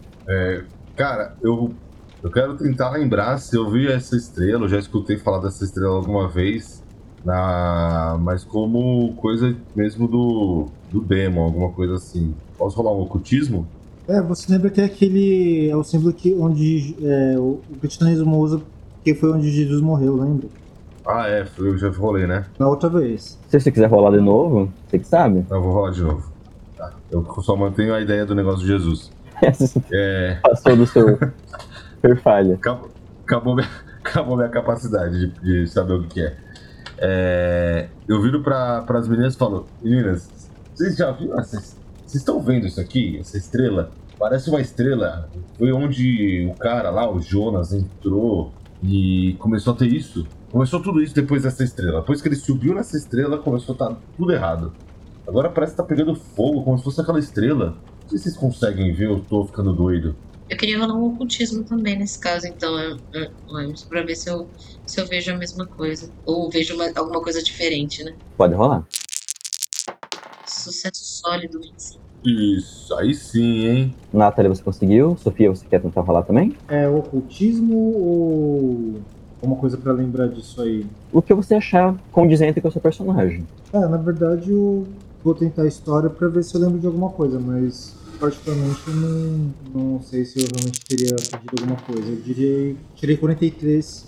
[SPEAKER 4] Cara, eu, eu quero tentar lembrar se eu vi essa estrela, eu já escutei falar dessa estrela alguma vez, na, mas como coisa mesmo do, do demo, alguma coisa assim. Posso rolar um ocultismo?
[SPEAKER 6] É, você lembra que é aquele. É o símbolo que onde é, o o cristianismo usa, que foi onde Jesus morreu, lembra?
[SPEAKER 4] Ah, é, eu já rolei, né?
[SPEAKER 6] Na outra vez.
[SPEAKER 2] Se você quiser rolar de novo, você que sabe.
[SPEAKER 4] Não, eu vou rolar de novo. Tá. Eu só mantenho a ideia do negócio de Jesus.
[SPEAKER 2] Essa
[SPEAKER 4] É,
[SPEAKER 2] passou do seu perfalha.
[SPEAKER 4] acabou, acabou, minha, acabou minha capacidade de, de saber o que que é. É, eu viro para as meninas e falo: Meninas, vocês já viram? essa- Vocês estão vendo isso aqui? Essa estrela? Parece uma estrela. Foi onde o cara lá, o Jonas, entrou e começou a ter isso. Começou tudo isso depois dessa estrela. Depois que ele subiu nessa estrela, começou a estar tudo errado. Agora parece que tá pegando fogo, como se fosse aquela estrela. Não sei se vocês conseguem ver, eu tô ficando doido.
[SPEAKER 5] Eu queria rolar um ocultismo também nesse caso, então, eu- eu- Limes, pra ver se eu, se eu vejo a mesma coisa. Ou vejo uma- alguma coisa diferente, né?
[SPEAKER 2] Pode rolar.
[SPEAKER 5] Sucesso sólido 25.
[SPEAKER 4] Isso, aí sim, hein?
[SPEAKER 2] Nathalie, você conseguiu. Sofia, você quer tentar rolar também?
[SPEAKER 6] É ocultismo ou. Alguma coisa pra lembrar disso aí?
[SPEAKER 2] O que você achar condizente com o seu personagem.
[SPEAKER 6] É, na verdade eu vou tentar a história pra ver se eu lembro de alguma coisa, mas particularmente eu não, não sei se eu realmente teria pedido alguma coisa. Eu diria, tirei 43,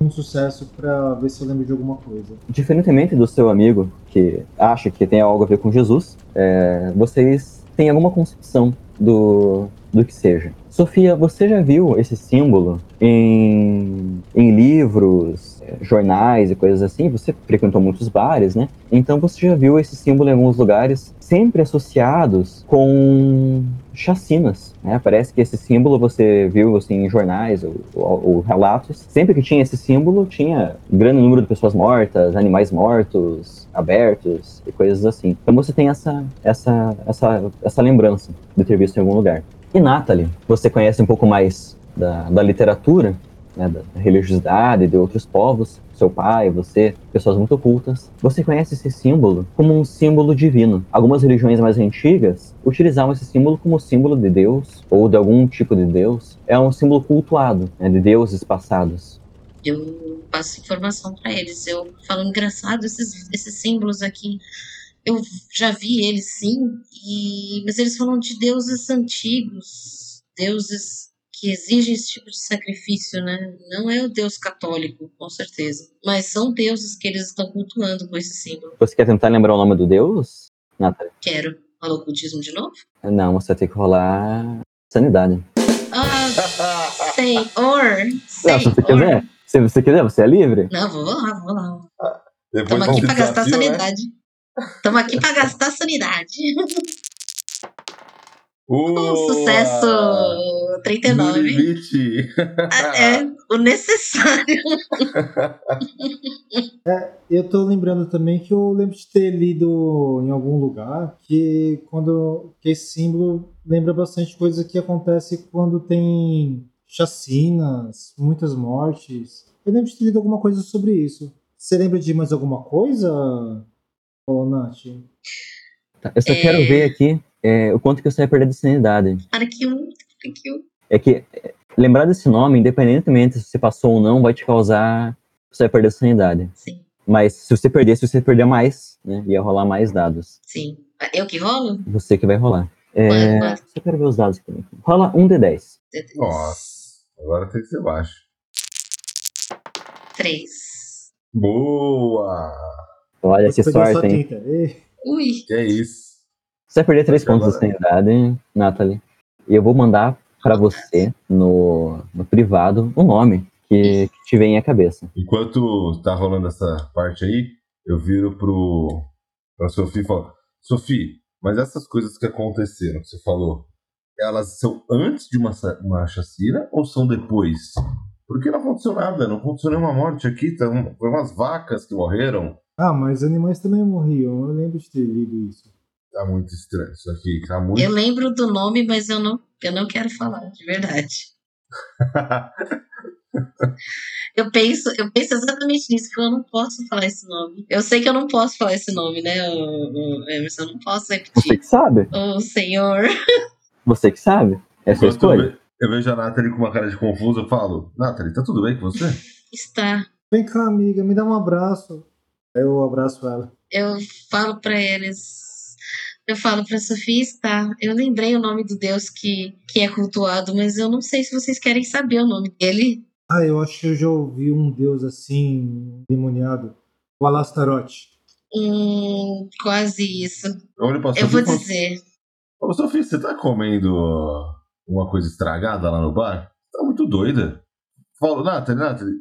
[SPEAKER 6] um sucesso pra ver se eu lembro de alguma coisa.
[SPEAKER 2] Diferentemente do seu amigo, que acha que tem algo a ver com Jesus, é, vocês têm alguma concepção do, do que seja. Sofia, você já viu esse símbolo em, em livros, é, jornais e coisas assim? Você frequentou muitos bares, né? Então você já viu esse símbolo em alguns lugares, sempre associados com chacinas. Né? Parece que esse símbolo você viu assim, em jornais ou, ou- ou relatos. Sempre que tinha esse símbolo, tinha grande número de pessoas mortas, animais mortos, abertos e coisas assim. Então você tem essa, essa, essa, essa lembrança de ter visto em algum lugar. E Natalie, você conhece um pouco mais da, da literatura, né, da religiosidade de outros povos, seu pai, você, pessoas muito ocultas. Você conhece esse símbolo como um símbolo divino. Algumas religiões mais antigas utilizavam esse símbolo como símbolo de Deus ou de algum tipo de Deus. É um símbolo cultuado, né, de deuses passados.
[SPEAKER 5] Eu passo informação para eles. Eu falo, engraçado, esses, esses símbolos aqui, eu já vi eles sim, e, mas eles falam de deuses antigos, deuses que exigem esse tipo de sacrifício, né? Não é o deus católico, com certeza. Mas são deuses que eles estão cultuando com esse símbolo.
[SPEAKER 2] Você quer tentar lembrar o nome do Deus, Nathalie?
[SPEAKER 5] Quero. Falou ocultismo de novo?
[SPEAKER 2] Não, você vai ter que rolar sanidade.
[SPEAKER 5] Ah, senhor!
[SPEAKER 2] Não, se você
[SPEAKER 5] Senhor!
[SPEAKER 2] quiser, se você quiser, você é livre.
[SPEAKER 5] Não, vou lá, vou lá.
[SPEAKER 4] Depois
[SPEAKER 5] Estamos aqui
[SPEAKER 4] desse
[SPEAKER 5] pra gastar
[SPEAKER 4] desafio, né?
[SPEAKER 5] sanidade. Estamos aqui pra gastar sanidade. Um
[SPEAKER 4] Boa!
[SPEAKER 5] sucesso!
[SPEAKER 4] No
[SPEAKER 5] 39.
[SPEAKER 4] limite.
[SPEAKER 5] Ah, É o necessário.
[SPEAKER 6] Eu tô lembrando também que eu lembro de ter lido em algum lugar que quando que esse símbolo lembra bastante coisa que acontece quando tem chacinas, muitas mortes. Eu lembro de ter lido alguma coisa sobre isso. Você lembra de mais alguma coisa, ô Nath?
[SPEAKER 2] É, Tá, Eu só
[SPEAKER 5] É.
[SPEAKER 2] quero ver aqui é, o quanto que você vai perder de sanidade.
[SPEAKER 5] Para que um, para que um.
[SPEAKER 2] É que é, lembrar desse nome, independentemente se você passou ou não, vai te causar. Você vai perder sanidade.
[SPEAKER 5] Sim,
[SPEAKER 2] Mas se você perder, se você perder mais, né? Ia rolar mais dados.
[SPEAKER 5] sim. Eu que rolo?
[SPEAKER 2] Você que vai rolar.
[SPEAKER 5] Quanto,
[SPEAKER 2] É,
[SPEAKER 5] quanto?
[SPEAKER 2] só quero ver os dados aqui. Rola 1 de 10.
[SPEAKER 4] Nossa. Agora tem que ser baixo.
[SPEAKER 5] Três.
[SPEAKER 4] Boa!
[SPEAKER 2] Olha que
[SPEAKER 6] Você perdeu só
[SPEAKER 2] sorte, hein?
[SPEAKER 6] 30. Ih,
[SPEAKER 5] Ui,
[SPEAKER 4] Que é isso.
[SPEAKER 2] Você vai perder 3
[SPEAKER 4] Agora-
[SPEAKER 2] pontos de sanidade, Nathalie. E eu vou mandar pra você, no, no privado, o nome que, que te vem à cabeça.
[SPEAKER 4] Enquanto tá rolando essa parte aí, eu viro pro pra Sofia e falo: Sofia, mas essas coisas que aconteceram, que você falou, elas são antes de uma, sa- uma chacina ou são depois? Porque não aconteceu nada, não aconteceu nenhuma morte aqui, tá um- foi umas vacas que morreram.
[SPEAKER 6] Ah, mas animais também morriam. Eu lembro de ter lido isso.
[SPEAKER 4] Tá muito estranho isso aqui, tá muito.
[SPEAKER 5] eu lembro do nome, mas eu não, eu não quero falar, de verdade. Eu penso, eu penso exatamente nisso, porque eu não posso falar esse nome. Eu sei que eu não posso falar esse nome, né, o, o Emerson? Eu não posso
[SPEAKER 2] Você
[SPEAKER 5] repetir.
[SPEAKER 2] que sabe.
[SPEAKER 5] O senhor.
[SPEAKER 2] Você que sabe. É a sua
[SPEAKER 4] Enquanto eu,
[SPEAKER 2] escolha.
[SPEAKER 4] ve- eu vejo a Nathalie com uma cara de confusa, eu falo: Nathalie, tá tudo bem com você?
[SPEAKER 5] Está.
[SPEAKER 6] Vem cá, amiga, me dá um abraço. Aí eu abraço ela.
[SPEAKER 5] Eu falo pra eles. Eu falo pra Sofia está. Eu lembrei o nome do Deus que, que é cultuado, mas eu não sei se vocês querem saber o nome dele.
[SPEAKER 6] Ah, eu acho que eu já ouvi um deus assim, demoniado. O Alastarote.
[SPEAKER 5] Hum, quase isso.
[SPEAKER 4] Eu olho pra
[SPEAKER 5] Eu
[SPEAKER 4] Sofia
[SPEAKER 5] vou
[SPEAKER 4] e falo,
[SPEAKER 5] dizer.
[SPEAKER 4] Ô, Sofia, você tá comendo uma coisa estragada lá no bar? Tá muito doida. Falo, Nathalie, Nathalie,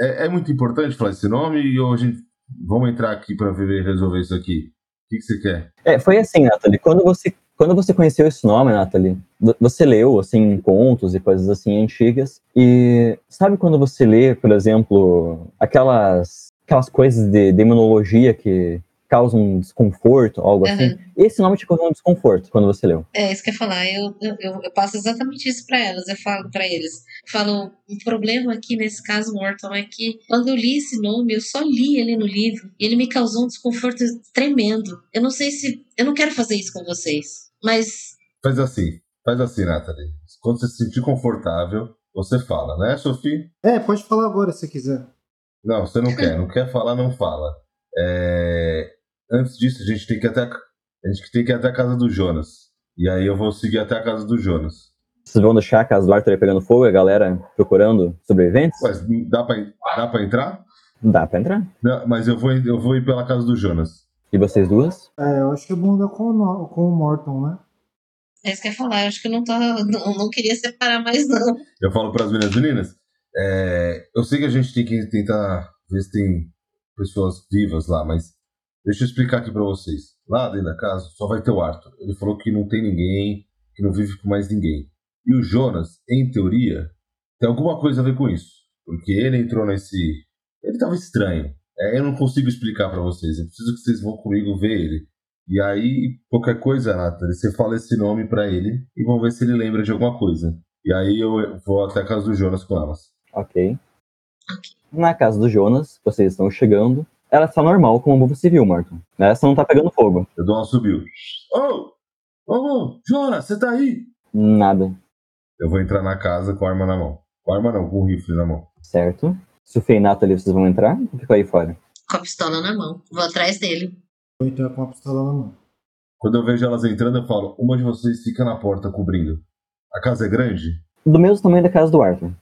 [SPEAKER 4] é, é muito importante falar esse nome e hoje a gente- vamos entrar aqui pra ver, resolver isso aqui. O que, que você quer?
[SPEAKER 2] É, foi assim, Nathalie. Quando você, quando você conheceu esse nome, Nathalie, vo- você leu, assim, contos e coisas assim antigas. E sabe quando você lê, por exemplo, aquelas, aquelas coisas de demonologia que causam um desconforto, algo assim? Esse nome te causou um desconforto quando você leu.
[SPEAKER 5] É isso que eu ia falar. Eu, eu- eu, eu passo exatamente isso para elas. Eu falo para eles. Eu falo, o problema aqui nesse caso, Morton, é que quando eu li esse nome, eu só li ele no livro e ele me causou um desconforto tremendo. Eu não sei se. Eu não quero fazer isso com vocês, mas.
[SPEAKER 4] Faz assim, faz assim, Nathalie. Quando você se sentir confortável, você fala, né, Sofia?
[SPEAKER 6] É, pode falar agora se quiser.
[SPEAKER 4] Não, você não quer. Não quer falar, não fala. É, Antes disso, a gente tem que ir até a... a gente tem que ir até a casa do Jonas. E aí eu vou seguir até a casa do Jonas.
[SPEAKER 2] Vocês vão deixar a casa do Arthur aí pegando fogo e a galera procurando sobreviventes?
[SPEAKER 4] Mas dá pra, dá pra entrar?
[SPEAKER 2] Dá pra entrar.
[SPEAKER 4] Não, mas eu vou, eu vou ir pela casa do Jonas.
[SPEAKER 2] E vocês duas?
[SPEAKER 6] É, eu acho que é bom andar com, o no- com o Morton, né?
[SPEAKER 5] É isso que eu ia falar. Eu acho que eu não, tô, não, não queria separar mais, não.
[SPEAKER 4] Eu falo pras meninas, meninas, é, eu sei que a gente tem que tentar ver se tem pessoas vivas lá, mas deixa eu explicar aqui pra vocês. Lá dentro da casa só vai ter o Arthur. Ele falou que não tem ninguém, que não vive com mais ninguém. E o Jonas, em teoria, tem alguma coisa a ver com isso. Porque ele entrou nesse. Ele tava estranho. É, eu não consigo explicar pra vocês. Eu preciso que vocês vão comigo ver ele. E aí, qualquer coisa, Nathalie, você fala esse nome pra ele e vamos ver se ele lembra de alguma coisa. E aí eu vou até a casa do Jonas com elas.
[SPEAKER 2] Ok. Na casa do Jonas, vocês estão chegando. Ela está normal, como você viu, Morton. Essa não tá pegando fogo.
[SPEAKER 4] Eu dou uma subiu. Ô! Ô, Jonas, você tá aí?
[SPEAKER 2] Nada,
[SPEAKER 4] Eu vou entrar na casa com a arma na mão. Com a arma não, com o rifle na mão.
[SPEAKER 2] certo? Se o Feinato ali, vocês vão entrar? Ficou aí fora.
[SPEAKER 5] Com a pistola na mão. Vou atrás dele.
[SPEAKER 6] Vou entrar com a pistola na mão.
[SPEAKER 4] Quando eu vejo elas entrando, eu falo, uma de vocês fica na porta cobrindo. A casa é grande?
[SPEAKER 2] Do mesmo tamanho da casa do Arthur.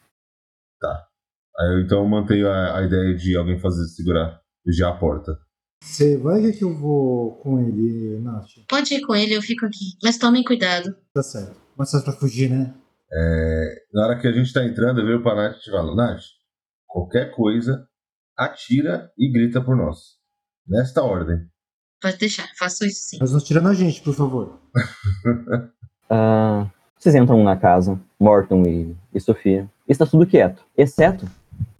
[SPEAKER 4] Aí eu, então eu mantenho a, a ideia de alguém fazer segurar, vigiar a porta.
[SPEAKER 6] Você vai que eu vou com ele, Nath.
[SPEAKER 5] Pode ir com ele, eu fico aqui. Mas tomem cuidado.
[SPEAKER 6] Tá certo. Mas só pra fugir, né?
[SPEAKER 4] É, na hora que a gente tá entrando, eu vejo pra Nath e falo, Nath, qualquer coisa, atira e grita por nós. Nesta ordem.
[SPEAKER 5] Pode deixar, faço isso sim.
[SPEAKER 6] Mas não tira na gente, por favor.
[SPEAKER 2] Ah, vocês entram na casa, Morton e, e Sofia. Está tudo quieto, exceto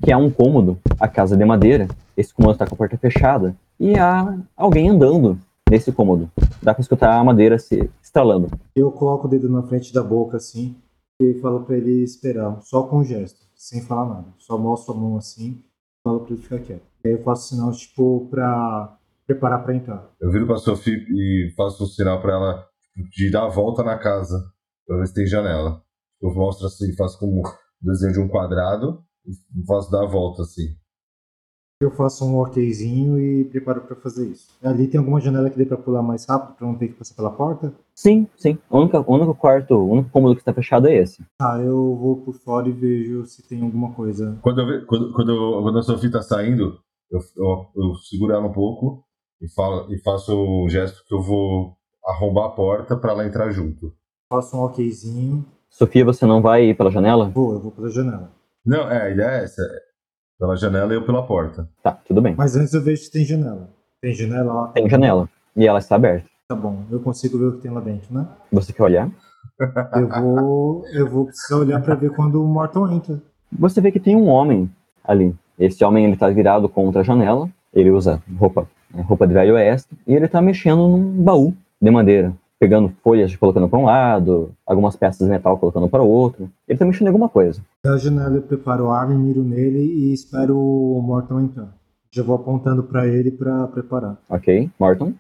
[SPEAKER 2] que há um cômodo, a casa é de madeira. Esse cômodo está com a porta fechada e há alguém andando nesse cômodo. Dá para escutar a madeira se estalando.
[SPEAKER 6] Eu coloco o dedo na frente da boca, assim, e falo pra ele esperar, só com um gesto, sem falar nada. Só mostro a mão assim, falo pra ele ficar quieto. E aí eu faço sinal, tipo, pra preparar pra entrar.
[SPEAKER 4] Eu viro pra Sophie e faço um sinal pra ela tipo, de dar a volta na casa, pra ver se tem janela. Eu mostro assim, faço como um desenho de um quadrado e faço dar a volta assim.
[SPEAKER 6] Eu faço um okzinho e preparo pra fazer isso. Ali tem alguma janela que dê pra pular mais rápido, pra não ter que passar pela porta?
[SPEAKER 2] Sim, sim. O único, o único quarto, o único cômodo que está fechado é esse.
[SPEAKER 6] Tá, eu vou por fora e vejo se tem alguma coisa.
[SPEAKER 4] Quando, eu, ve- quando, quando, eu- quando a Sofia tá saindo, eu, eu, eu seguro ela um pouco e, falo, e faço um gesto que eu vou arrombar a porta pra ela entrar junto.
[SPEAKER 6] Faço um okzinho.
[SPEAKER 2] Sofia, você não vai ir pela janela?
[SPEAKER 6] Vou, eu vou pela janela.
[SPEAKER 4] Não, é, a ideia é essa. é Pela janela e eu pela porta.
[SPEAKER 2] Tá, tudo bem.
[SPEAKER 6] Mas antes eu vejo se tem janela. Tem janela lá?
[SPEAKER 2] Tem janela e ela está aberta.
[SPEAKER 6] Tá bom, eu consigo ver o que tem lá dentro, né?
[SPEAKER 2] Você quer olhar?
[SPEAKER 6] Eu vou, eu vou precisar olhar pra ver quando o Morton entra.
[SPEAKER 2] Você vê que tem um homem ali. Esse homem ele tá virado contra a janela. Ele usa roupa, né, roupa de velho oeste e ele tá mexendo num baú de madeira, pegando folhas e colocando para um lado, algumas peças de metal colocando para o outro. Ele tá mexendo em alguma coisa.
[SPEAKER 6] Da janela eu preparo a arma, e miro nele e espero o Morton entrar. Já vou apontando pra ele pra preparar.
[SPEAKER 2] OK? Morton,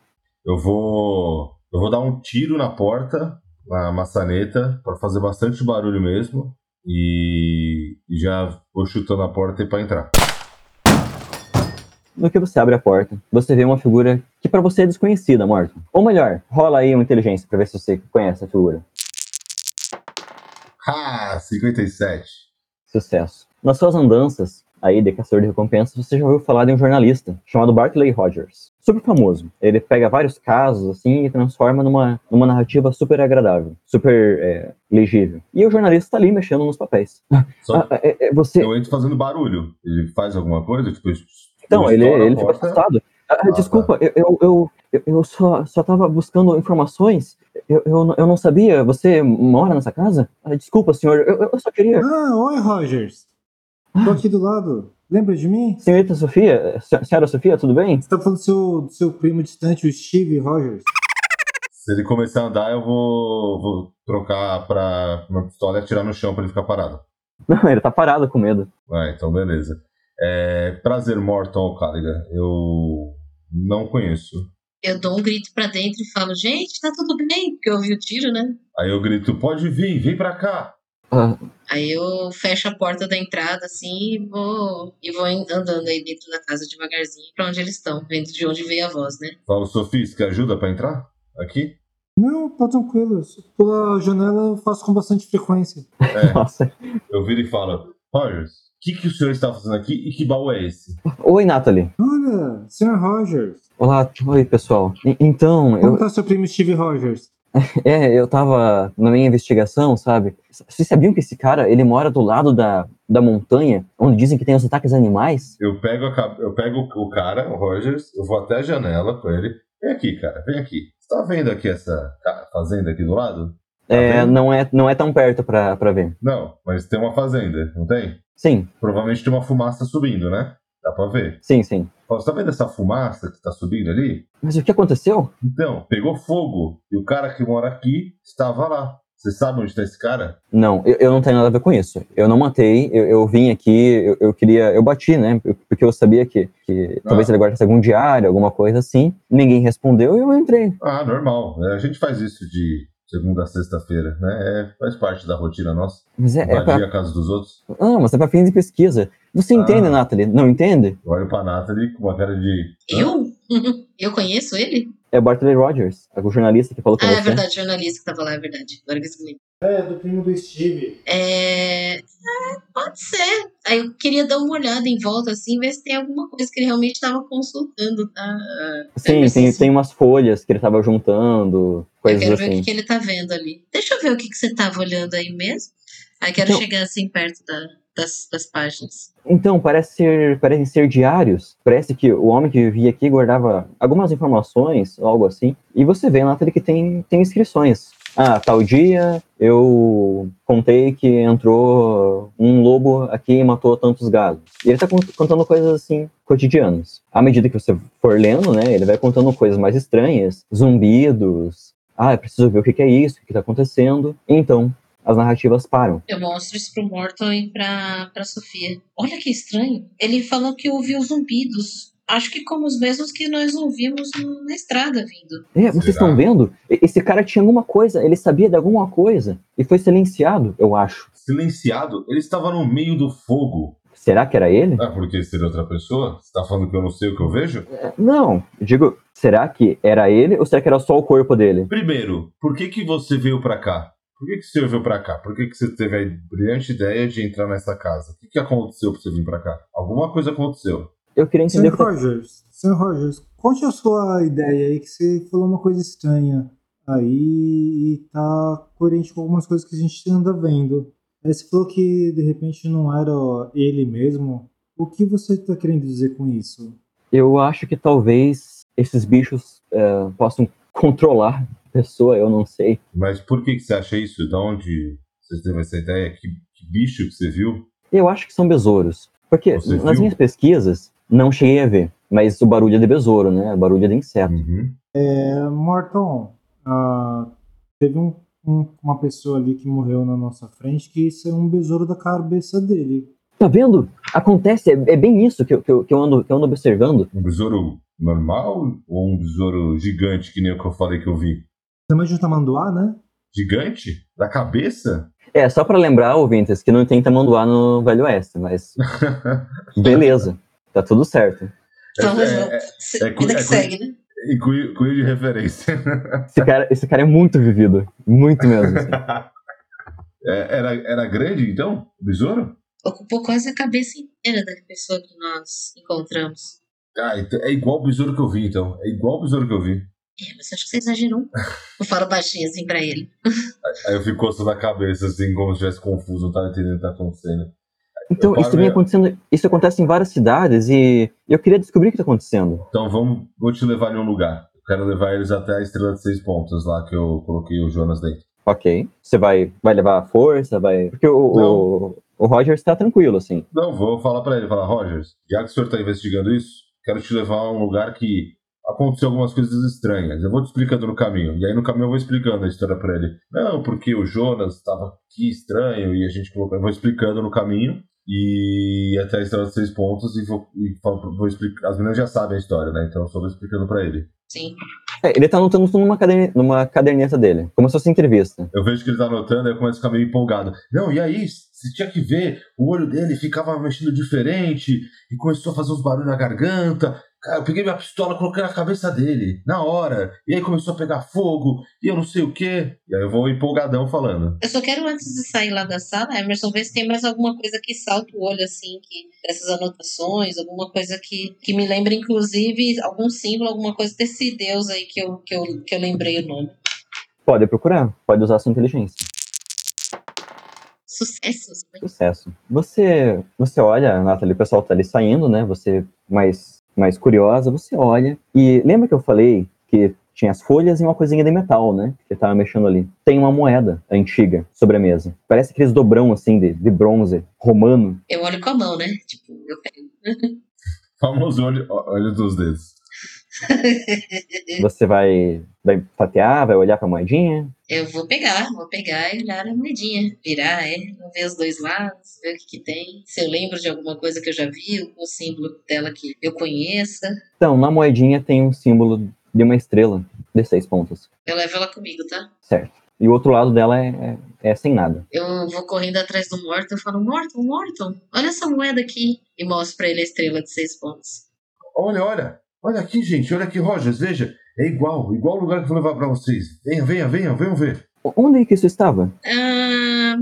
[SPEAKER 4] Eu vou. Eu vou dar um tiro na porta, na maçaneta, pra fazer bastante barulho mesmo. E, e já vou chutando a porta e pra entrar.
[SPEAKER 2] no que você abre a porta, você vê uma figura que para você é desconhecida, Morton. Ou melhor, rola aí uma inteligência para ver se você conhece a figura.
[SPEAKER 4] Ah, 57.
[SPEAKER 2] Sucesso. Nas suas andanças aí de caçador de recompensas, você já ouviu falar de um jornalista chamado Barclay Rogers. Super famoso. Ele pega vários casos assim e transforma numa, numa narrativa super agradável, super é, legível. E o jornalista tá ali mexendo nos papéis.
[SPEAKER 4] Só
[SPEAKER 2] Ah, é- é, você.
[SPEAKER 4] eu entro fazendo barulho. Ele faz alguma coisa? Tipo, eu
[SPEAKER 2] então, ele,
[SPEAKER 4] estouro a
[SPEAKER 2] ele ficou
[SPEAKER 4] porta.
[SPEAKER 2] assustado. Ah,
[SPEAKER 4] tá.
[SPEAKER 2] desculpa, eu, eu, eu, eu- eu só, só tava buscando informações. Eu, eu, não- eu não sabia. Você mora nessa casa? Ah, desculpa, senhor. Eu, eu só queria.
[SPEAKER 6] Ah, oi, Rogers! Tô aqui do lado. Lembra de mim?
[SPEAKER 2] Senhorita Sofia, se- senhora Sofia, tudo bem?
[SPEAKER 6] Você tá falando do seu, do seu primo distante, o Steve Rogers?
[SPEAKER 4] Se ele começar a andar, eu vou, vou trocar pra uma pistola e atirar no chão pra ele ficar parado.
[SPEAKER 2] Não, ele tá parado com medo.
[SPEAKER 4] Ah, então beleza. É, prazer, Morton Cáliga. Eu não conheço.
[SPEAKER 5] Eu dou um grito pra dentro e falo, gente, tá tudo bem, porque eu ouvi o tiro, né?
[SPEAKER 4] Aí eu grito, pode vir, vem pra cá.
[SPEAKER 2] Ah,
[SPEAKER 5] Aí eu fecho a porta da entrada, assim, e vou, e vou en- andando aí dentro da casa devagarzinho pra onde eles estão, vendo de onde veio a voz, né?
[SPEAKER 4] Falo, Sofia, você quer ajuda pra entrar? Aqui?
[SPEAKER 6] Não, tá tranquilo. Se Pela janela eu faço com bastante frequência.
[SPEAKER 2] nossa.
[SPEAKER 4] Eu viro e falo, Rogers, o que, que o senhor está fazendo aqui e que baú é esse?
[SPEAKER 2] Oi, Natalie.
[SPEAKER 6] Olha, Sr. Rogers.
[SPEAKER 2] Olá, oi, pessoal. E- então,
[SPEAKER 6] Como
[SPEAKER 2] eu,
[SPEAKER 6] tá seu primo Steve Rogers?
[SPEAKER 2] é, eu tava na minha investigação, sabe? S- Vocês sabiam que esse cara, ele mora do lado da, da montanha, onde dizem que tem os ataques a animais?
[SPEAKER 4] Eu pego, a ca- eu pego o cara, o Rogers, eu vou até a janela com ele. Vem aqui, cara, vem aqui. Você tá vendo aqui essa ca- fazenda aqui do lado?
[SPEAKER 2] É,
[SPEAKER 4] vendo?
[SPEAKER 2] não é, não é tão perto pra, pra ver.
[SPEAKER 4] Não, mas tem uma fazenda, não tem?
[SPEAKER 2] Sim,
[SPEAKER 4] Provavelmente tem uma fumaça subindo, né? Dá pra ver.
[SPEAKER 2] sim, sim.
[SPEAKER 4] Fala, Você tá vendo essa fumaça que tá subindo ali?
[SPEAKER 2] Mas o que aconteceu?
[SPEAKER 4] Então, pegou fogo e o cara que mora aqui estava lá. Você sabe onde tá esse cara?
[SPEAKER 2] Não, eu, eu não tenho nada a ver com isso. Eu não matei, eu, eu vim aqui, eu, eu queria. Eu bati, né? eu- Porque eu sabia que, que
[SPEAKER 4] Ah.
[SPEAKER 2] talvez ele guardasse algum diário, alguma coisa assim. Ninguém respondeu e eu entrei.
[SPEAKER 4] Ah, normal. É, A gente faz isso de segunda a sexta-feira, né? É, faz parte da rotina nossa.
[SPEAKER 2] Mas é, é
[SPEAKER 4] Invadir
[SPEAKER 2] pra.
[SPEAKER 4] a casa dos outros.
[SPEAKER 2] Ah, mas é pra fins de pesquisa. Você
[SPEAKER 4] Ah.
[SPEAKER 2] entende, Nathalie? Não entende?
[SPEAKER 4] Eu olho pra Nathalie com uma cara de.
[SPEAKER 5] Eu? Eu conheço ele?
[SPEAKER 2] É o Bartley Rogers, o jornalista que falou com
[SPEAKER 5] Ah, é
[SPEAKER 2] você.
[SPEAKER 5] verdade, jornalista que tava lá, é verdade. Agora que eu expliquei.
[SPEAKER 6] É, do primo do Steve.
[SPEAKER 5] É... ah, Pode ser. Aí eu queria dar uma olhada em volta, assim, ver se tem alguma coisa que ele realmente estava consultando, tá?
[SPEAKER 2] Sim,
[SPEAKER 5] Mas
[SPEAKER 2] tem,
[SPEAKER 5] isso-
[SPEAKER 2] tem umas folhas que ele tava juntando,
[SPEAKER 5] Eu
[SPEAKER 2] coisas
[SPEAKER 5] quero ver o
[SPEAKER 2] assim.
[SPEAKER 5] que, que ele tá vendo ali. Deixa eu ver o que, que você tava olhando aí mesmo. Aí quero
[SPEAKER 2] Então-
[SPEAKER 5] chegar assim perto da- das, das páginas.
[SPEAKER 2] Então, parece ser, parecem ser diários. Parece que o homem que vivia aqui guardava algumas informações, ou algo assim. E você vê na tela que tem, tem inscrições. Ah, tal dia eu contei que entrou um lobo aqui e matou tantos galos. E ele tá cont- contando coisas assim, cotidianas. À medida que você for lendo, né, ele vai contando coisas mais estranhas, zumbidos. Ah, eu preciso ver o que que é isso, o que que tá acontecendo. Então, as narrativas param.
[SPEAKER 5] Eu mostro isso pro Morton e pra, pra Sofia. Olha que estranho. Ele falou que ouviu zumbidos. Acho que como os mesmos que nós ouvimos no- na estrada vindo.
[SPEAKER 2] É, vocês
[SPEAKER 4] Será?
[SPEAKER 2] estão vendo? E- Esse cara tinha alguma coisa, ele sabia de alguma coisa e foi silenciado, eu acho.
[SPEAKER 4] Silenciado? Ele estava no meio do fogo.
[SPEAKER 2] Será que era ele?
[SPEAKER 4] Ah, porque seria outra pessoa? Você tá falando que eu não sei o que eu vejo?
[SPEAKER 2] Não, digo, será que era ele ou será que era só o corpo dele?
[SPEAKER 4] Primeiro, por que, que você veio pra cá? Por que, que você veio pra cá? Por que, que você teve a brilhante ideia de entrar nessa casa? O que, que aconteceu pra você vir pra cá? Alguma coisa aconteceu.
[SPEAKER 2] Eu queria entender.
[SPEAKER 6] Senhor
[SPEAKER 2] o que- tá-
[SPEAKER 6] Rogers, Senhor Rogers, conte a sua ideia aí que você falou uma coisa estranha aí e tá coerente com algumas coisas que a gente anda vendo. Aí você falou que de repente não era ele mesmo. O que você tá querendo dizer com isso?
[SPEAKER 2] Eu acho que talvez esses bichos eh, possam controlar a pessoa, eu não sei.
[SPEAKER 4] Mas por que, que você acha isso? Da onde você teve essa ideia? Que, que bicho que você viu?
[SPEAKER 2] Eu acho que são besouros. Porque
[SPEAKER 4] Você
[SPEAKER 2] nas
[SPEAKER 4] viu?
[SPEAKER 2] minhas pesquisas, não cheguei a ver. Mas o barulho é de besouro, né? O barulho é de inseto.
[SPEAKER 4] Uhum.
[SPEAKER 6] É, Morton, ah, teve um- um- uma pessoa ali que morreu na nossa frente que isso é um besouro da cabeça dele.
[SPEAKER 2] Tá vendo? Acontece, é, é bem isso que eu- que eu- que eu ando- que eu ando observando.
[SPEAKER 4] Um besouro normal ou um besouro gigante, que nem o que eu falei que eu vi?
[SPEAKER 6] Também de um tamanduá, né?
[SPEAKER 4] Gigante? Da cabeça?
[SPEAKER 2] É, só pra lembrar, ouvintes, que não tem tamanduá no Velho Oeste, mas beleza, tá tudo certo.
[SPEAKER 5] Então, mas
[SPEAKER 4] é,
[SPEAKER 5] se-
[SPEAKER 4] é cu-
[SPEAKER 5] vida
[SPEAKER 4] é
[SPEAKER 5] que
[SPEAKER 4] cu-
[SPEAKER 5] segue, né?
[SPEAKER 4] é, e cunho cunho de referência.
[SPEAKER 2] Esse cara, esse cara é muito vivido, muito mesmo. assim.
[SPEAKER 4] É, era, era grande, então? O besouro?
[SPEAKER 5] Ocupou quase a cabeça inteira da pessoa que nós encontramos.
[SPEAKER 4] Ah, então é igual o besouro que eu vi, então. É igual o besouro que eu vi.
[SPEAKER 5] É, mas acho que você exagerou um pouco. Eu falo baixinho assim pra ele.
[SPEAKER 4] Aí eu fico coçando a cabeça, assim, como se estivesse confuso, não tava entendendo o que tá acontecendo.
[SPEAKER 2] Então,
[SPEAKER 4] Eu
[SPEAKER 2] isso vem
[SPEAKER 4] paro-
[SPEAKER 2] acontecendo, isso acontece em várias cidades e eu queria descobrir o que tá acontecendo.
[SPEAKER 4] Então vamos, vou te levar em um lugar. Eu quero levar eles até a estrela de seis pontas, lá que eu coloquei o Jonas dentro.
[SPEAKER 2] Ok, você vai, vai levar a força, vai... Porque o, o, o Roger está tranquilo, assim.
[SPEAKER 4] Não, vou falar pra ele, falar, Rogers, já que o senhor tá investigando isso, quero te levar a um lugar que aconteceu algumas coisas estranhas. Eu vou te explicando no caminho. E aí no caminho eu vou explicando a história pra ele. Não, porque o Jonas tava aqui estranho e a gente colocou. Eu vou explicando no caminho. E até a história dos seis pontos e vou, e falo pro- vou explicar. As meninas já sabem a história, né? Então eu só vou explicando pra ele.
[SPEAKER 5] Sim.
[SPEAKER 2] É, ele tá anotando tudo numa, caderne, numa caderneta dele, como se fosse entrevista.
[SPEAKER 4] Eu vejo que ele tá anotando, aí eu começo a ficar meio empolgado. Não, e aí? Você tinha que ver, o olho dele ficava mexendo diferente e começou a fazer uns barulhos na garganta. Cara, eu peguei minha pistola, coloquei na cabeça dele, na hora. E aí começou a pegar fogo, e eu não sei o quê. E aí eu vou empolgadão falando.
[SPEAKER 5] Eu só quero, antes de sair lá da sala, Emerson, ver se tem mais alguma coisa que salta o olho, assim, que, dessas anotações, alguma coisa que, que me lembre, inclusive, algum símbolo, alguma coisa desse deus aí que eu, que eu, que eu lembrei o nome.
[SPEAKER 2] Pode procurar, pode usar a sua inteligência.
[SPEAKER 5] Sucesso! assim.
[SPEAKER 2] Sucesso. Você, você olha, Nathalie, o pessoal tá ali saindo, né? Você mais, mais curiosa, você olha. E lembra que eu falei que tinha as folhas e uma coisinha de metal, né? Que tava mexendo ali. Tem uma moeda antiga sobre a mesa. Parece aqueles dobrão, assim, de, de bronze, romano.
[SPEAKER 5] Eu olho com a mão, né? Tipo, eu pego.
[SPEAKER 4] Famoso olho, ó, olho dos dedos.
[SPEAKER 2] Você vai, vai tatear, vai olhar pra moedinha.
[SPEAKER 5] Eu vou pegar, vou pegar e olhar a moedinha. Virar, é, vou ver os dois lados, ver o que, que tem. Se eu lembro de alguma coisa que eu já vi, algum símbolo dela que eu conheça.
[SPEAKER 2] Então, na moedinha tem um símbolo de uma estrela de seis pontas.
[SPEAKER 5] Eu levo ela comigo, tá?
[SPEAKER 2] E o outro lado dela é, é, é sem nada.
[SPEAKER 5] Eu vou correndo atrás do Morton eu falo, Morton, Morton, olha essa moeda aqui. E mostro pra ele a estrela de seis pontos.
[SPEAKER 4] Olha, olha. Olha aqui, gente. Olha aqui, Rogers. Veja. É igual. Igual o lugar que eu vou levar pra vocês. Venha, venha, venha. Venham ver.
[SPEAKER 2] O- Onde é que isso estava?
[SPEAKER 5] Ah,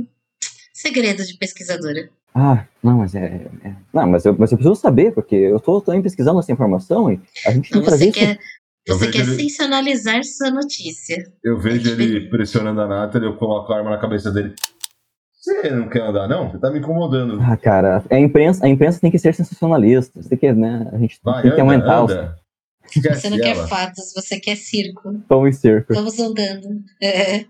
[SPEAKER 5] segredo de pesquisadora.
[SPEAKER 2] Ah, não, mas é. é- não, mas eu, mas eu preciso saber, porque eu tô também pesquisando essa informação e a gente tem
[SPEAKER 5] Então
[SPEAKER 2] que trazer
[SPEAKER 5] você
[SPEAKER 2] isso.
[SPEAKER 5] quer,
[SPEAKER 4] Eu
[SPEAKER 5] você
[SPEAKER 4] vejo
[SPEAKER 5] quer
[SPEAKER 4] ele-
[SPEAKER 5] sensacionalizar essa notícia.
[SPEAKER 4] Eu vejo ele pressionando a Nathalie. Eu coloco a arma na cabeça dele. Você não quer andar, não? Você tá me incomodando.
[SPEAKER 2] Ah, cara, a imprensa, a imprensa tem que ser sensacionalista. Você tem que, né? A gente
[SPEAKER 4] Vai,
[SPEAKER 2] tem que
[SPEAKER 4] anda,
[SPEAKER 2] aumentar os
[SPEAKER 4] anda. Esquece
[SPEAKER 5] Você não
[SPEAKER 4] É, ela.
[SPEAKER 5] quer fatos, você quer circo.
[SPEAKER 2] pão e cerco.
[SPEAKER 5] Vamos andando. É.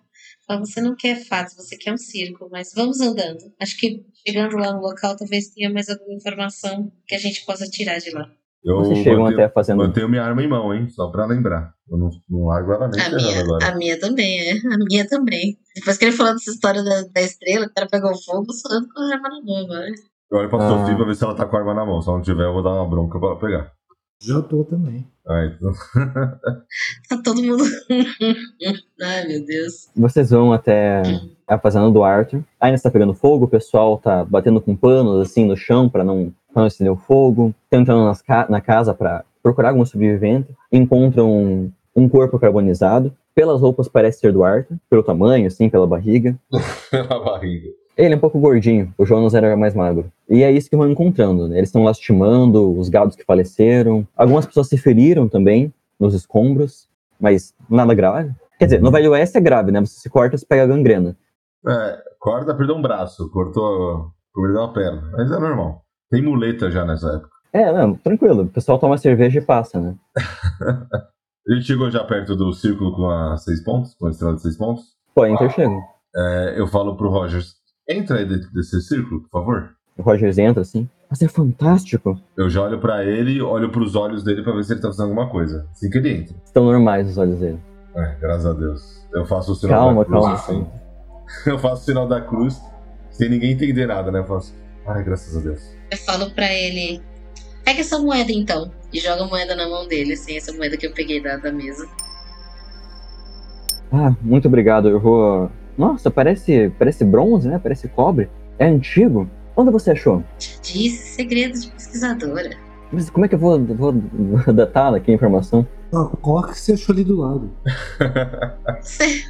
[SPEAKER 5] Fala, Você não quer fatos, você quer um circo, mas vamos andando. Acho que chegando lá no local talvez tenha mais alguma informação que a gente possa tirar de lá.
[SPEAKER 4] Eu
[SPEAKER 2] Vocês chegam
[SPEAKER 4] mantenho,
[SPEAKER 2] até a fazenda.
[SPEAKER 4] mantenho minha arma em mão, hein? Só pra lembrar. Eu não, não largo ela nem
[SPEAKER 5] A
[SPEAKER 4] ferrando
[SPEAKER 5] minha,
[SPEAKER 4] Tá agora.
[SPEAKER 5] a minha também, é. A minha também. Depois que ele falou dessa história da, da estrela, o cara pegou fogo, só ando com a arma na mão agora.
[SPEAKER 4] Eu olho pra
[SPEAKER 2] Ah.
[SPEAKER 4] Sofia pra ver se ela tá com a arma na mão. Se ela não tiver, eu vou dar uma bronca pra ela pegar.
[SPEAKER 6] Já tô também.
[SPEAKER 4] Ah, então.
[SPEAKER 5] Tá todo mundo. Ai, meu Deus.
[SPEAKER 2] Vocês vão até a fazenda do Arthur. Ainda está pegando fogo, o pessoal tá batendo com panos assim no chão para não, pra não acender o fogo. Tentando nas ca- na casa para procurar algum sobrevivente. Encontram um, um corpo carbonizado. Pelas roupas parece ser do Arthur, pelo tamanho, assim, pela barriga.
[SPEAKER 4] Pela barriga.
[SPEAKER 2] Ele é um pouco gordinho, o Jonas era mais magro. E é isso que vão encontrando, né? Eles estão lastimando os gados que faleceram. Algumas pessoas se feriram também nos escombros, mas nada grave. Quer dizer, no Velho Oeste é grave, né? Você se corta, você pega gangrena.
[SPEAKER 4] É, corda, perdeu um braço. Cortou, perdeu uma perna. Mas é normal. Tem muleta já nessa época.
[SPEAKER 2] É, não, tranquilo. O pessoal toma cerveja e passa, né?
[SPEAKER 4] A gente chegou já perto do círculo com a seis pontos, com a estrela de seis pontos.
[SPEAKER 2] Pô, então chega.
[SPEAKER 4] É, eu falo pro Rogers, entra aí dentro desse círculo, por favor.
[SPEAKER 2] O Rogers entra assim. Mas é fantástico.
[SPEAKER 4] Eu já olho pra ele, olho pros olhos dele pra ver se ele tá fazendo alguma coisa. Assim que ele entra.
[SPEAKER 2] Estão normais os olhos dele.
[SPEAKER 4] É, graças a Deus. Eu faço o sinal
[SPEAKER 2] Calma,
[SPEAKER 4] da cruz
[SPEAKER 2] calma.
[SPEAKER 4] assim. Eu faço o sinal da cruz sem ninguém entender nada, né? Eu faço, ai, graças a Deus.
[SPEAKER 5] Eu falo pra ele: pega essa moeda então. E joga a moeda na mão dele, assim, essa moeda que eu peguei da, da mesa.
[SPEAKER 2] Ah, muito obrigado. Eu vou. Nossa, parece, parece bronze, né? Parece cobre. É antigo. Onde você achou?
[SPEAKER 5] Disse segredo de pesquisadora.
[SPEAKER 2] Mas como é que eu vou, vou datar aqui a informação?
[SPEAKER 6] Ah, coloca o que você achou ali do lado.
[SPEAKER 5] Você,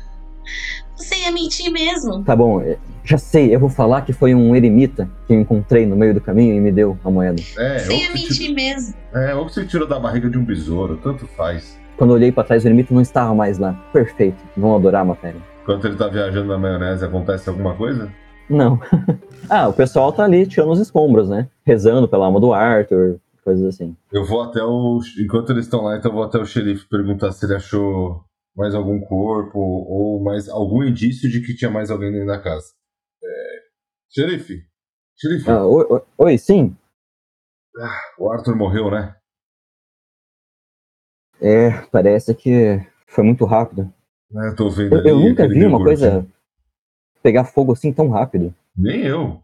[SPEAKER 5] você ia mentir mesmo.
[SPEAKER 2] Tá bom, é, já sei, eu vou falar que foi um eremita que eu encontrei no meio do caminho e me deu a moeda.
[SPEAKER 4] É,
[SPEAKER 5] Você
[SPEAKER 4] ou
[SPEAKER 5] ia
[SPEAKER 4] que você
[SPEAKER 5] mentir
[SPEAKER 4] tirou-
[SPEAKER 5] mesmo.
[SPEAKER 4] é, ou que você tirou da barriga de um besouro, tanto faz.
[SPEAKER 2] Quando eu olhei pra trás, o eremita não estava mais lá. Perfeito, vão adorar a matéria.
[SPEAKER 4] Enquanto ele tá viajando na maionese, acontece alguma coisa?
[SPEAKER 2] Não. ah, o pessoal tá ali tirando os escombros, né? Rezando pela alma do Arthur, coisas assim.
[SPEAKER 4] Eu vou até o. Enquanto eles estão lá, então eu vou até o xerife perguntar se ele achou mais algum corpo ou mais algum indício de que tinha mais alguém dentro da casa. É, Xerife! Xerife,
[SPEAKER 2] Ah, oi, oi- oi, sim?
[SPEAKER 4] o Arthur morreu, né?
[SPEAKER 2] É, parece que foi muito rápido.
[SPEAKER 4] É, Eu tô vendo
[SPEAKER 2] Eu, eu
[SPEAKER 4] ali
[SPEAKER 2] nunca
[SPEAKER 4] aquele
[SPEAKER 2] vi uma
[SPEAKER 4] iogurte.
[SPEAKER 2] coisa pegar fogo assim tão rápido.
[SPEAKER 4] Nem eu.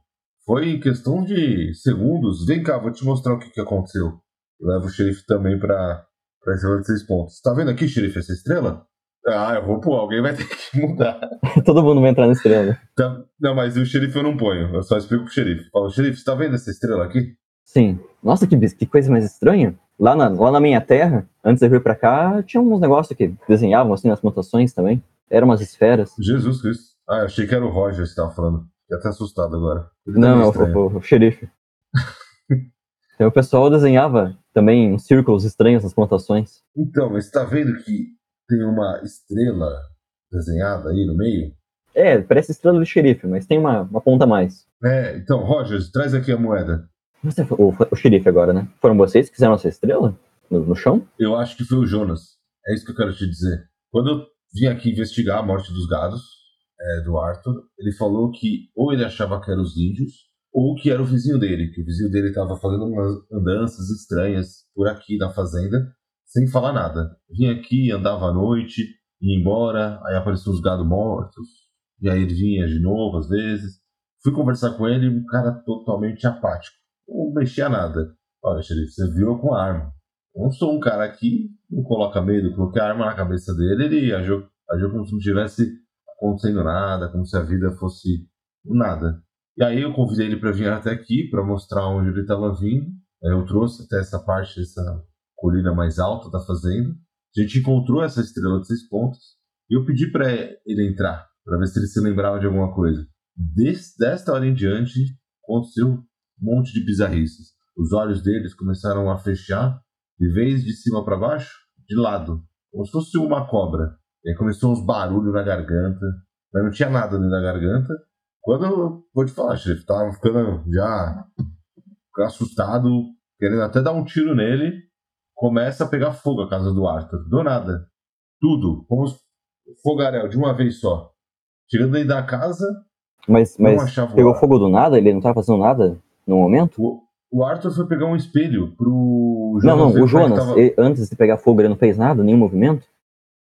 [SPEAKER 4] Foi questão de segundos. Vem cá, vou te mostrar o que, que aconteceu. Leva o xerife também pra, pra estrela de seis pontos. Tá vendo aqui, xerife, essa estrela? Ah, eu vou pôr, alguém vai ter que mudar.
[SPEAKER 2] Todo mundo vai entrar na estrela.
[SPEAKER 4] Tá- Não, mas o xerife eu não ponho. Eu só explico pro xerife. Falo, xerife, você tá vendo essa estrela aqui?
[SPEAKER 2] Sim. Nossa, que, bis- que coisa mais estranha. Lá na, lá na minha terra, antes de eu vir pra cá, tinha uns negócios que desenhavam assim nas plantações também. Eram umas esferas.
[SPEAKER 4] Jesus Cristo. Ah, eu achei que era o Roger que tava falando. Fiquei até assustado agora. Ele tá
[SPEAKER 2] Não,
[SPEAKER 4] meio
[SPEAKER 2] é o,
[SPEAKER 4] estranho.
[SPEAKER 2] o- o xerife. então, o pessoal desenhava também uns círculos estranhos nas plantações.
[SPEAKER 4] Então, mas você tá vendo que tem uma estrela desenhada aí no meio?
[SPEAKER 2] É, parece estrela do xerife, mas tem uma, uma ponta a mais.
[SPEAKER 4] É, então, Roger, traz aqui a moeda.
[SPEAKER 2] Você, o, o xerife agora, né? Foram vocês que fizeram essa estrela? No, no chão?
[SPEAKER 4] Eu acho que foi o Jonas. É isso que eu quero te dizer. Quando eu vim aqui investigar a morte dos gados, é, do Arthur, ele falou que ou ele achava que eram os índios, ou que era o vizinho dele, que o vizinho dele estava fazendo umas andanças estranhas por aqui na fazenda, sem falar nada. Vim aqui, andava à noite, ia embora, aí apareciam os gado mortos, e aí ele vinha de novo às vezes. Fui conversar com ele, um cara totalmente apático, não mexia nada. Olha, xerife, você viu eu com arma. Eu não sou um cara que não coloca medo, coloquei a arma na cabeça dele, ele agiu, agiu como se não tivesse acontecendo nada, como se a vida fosse nada. E aí eu convidei ele para vir até aqui, para mostrar onde ele estava vindo. Aí Eu trouxe até essa parte, essa colina mais alta da fazenda. A gente encontrou essa estrela de seis pontos e eu pedi para ele entrar, para ver se ele se lembrava de alguma coisa. Des, desta hora em diante, aconteceu um monte de bizarrices. Os olhos deles começaram a fechar, de vez de cima para baixo, de lado, como se fosse uma cobra. E aí começou uns barulhos na garganta, mas não tinha nada dentro da garganta. Quando eu vou te falar, chefe, tava ficando já assustado, querendo até dar um tiro nele, começa a pegar fogo a casa do Arthur. Do nada. Tudo. Como os- fogaréu, de uma vez só. Tirando dentro da casa,
[SPEAKER 2] Mas,
[SPEAKER 4] não
[SPEAKER 2] mas
[SPEAKER 4] achava o
[SPEAKER 2] pegou
[SPEAKER 4] Arthur.
[SPEAKER 2] fogo do nada? Ele não tava fazendo nada no momento?
[SPEAKER 4] O- O Arthur foi pegar um espelho pro
[SPEAKER 2] Não, não,
[SPEAKER 4] ver
[SPEAKER 2] o
[SPEAKER 4] como ele
[SPEAKER 2] Jonas,
[SPEAKER 4] tava-
[SPEAKER 2] ele- antes de pegar fogo, ele não fez nada, nenhum movimento?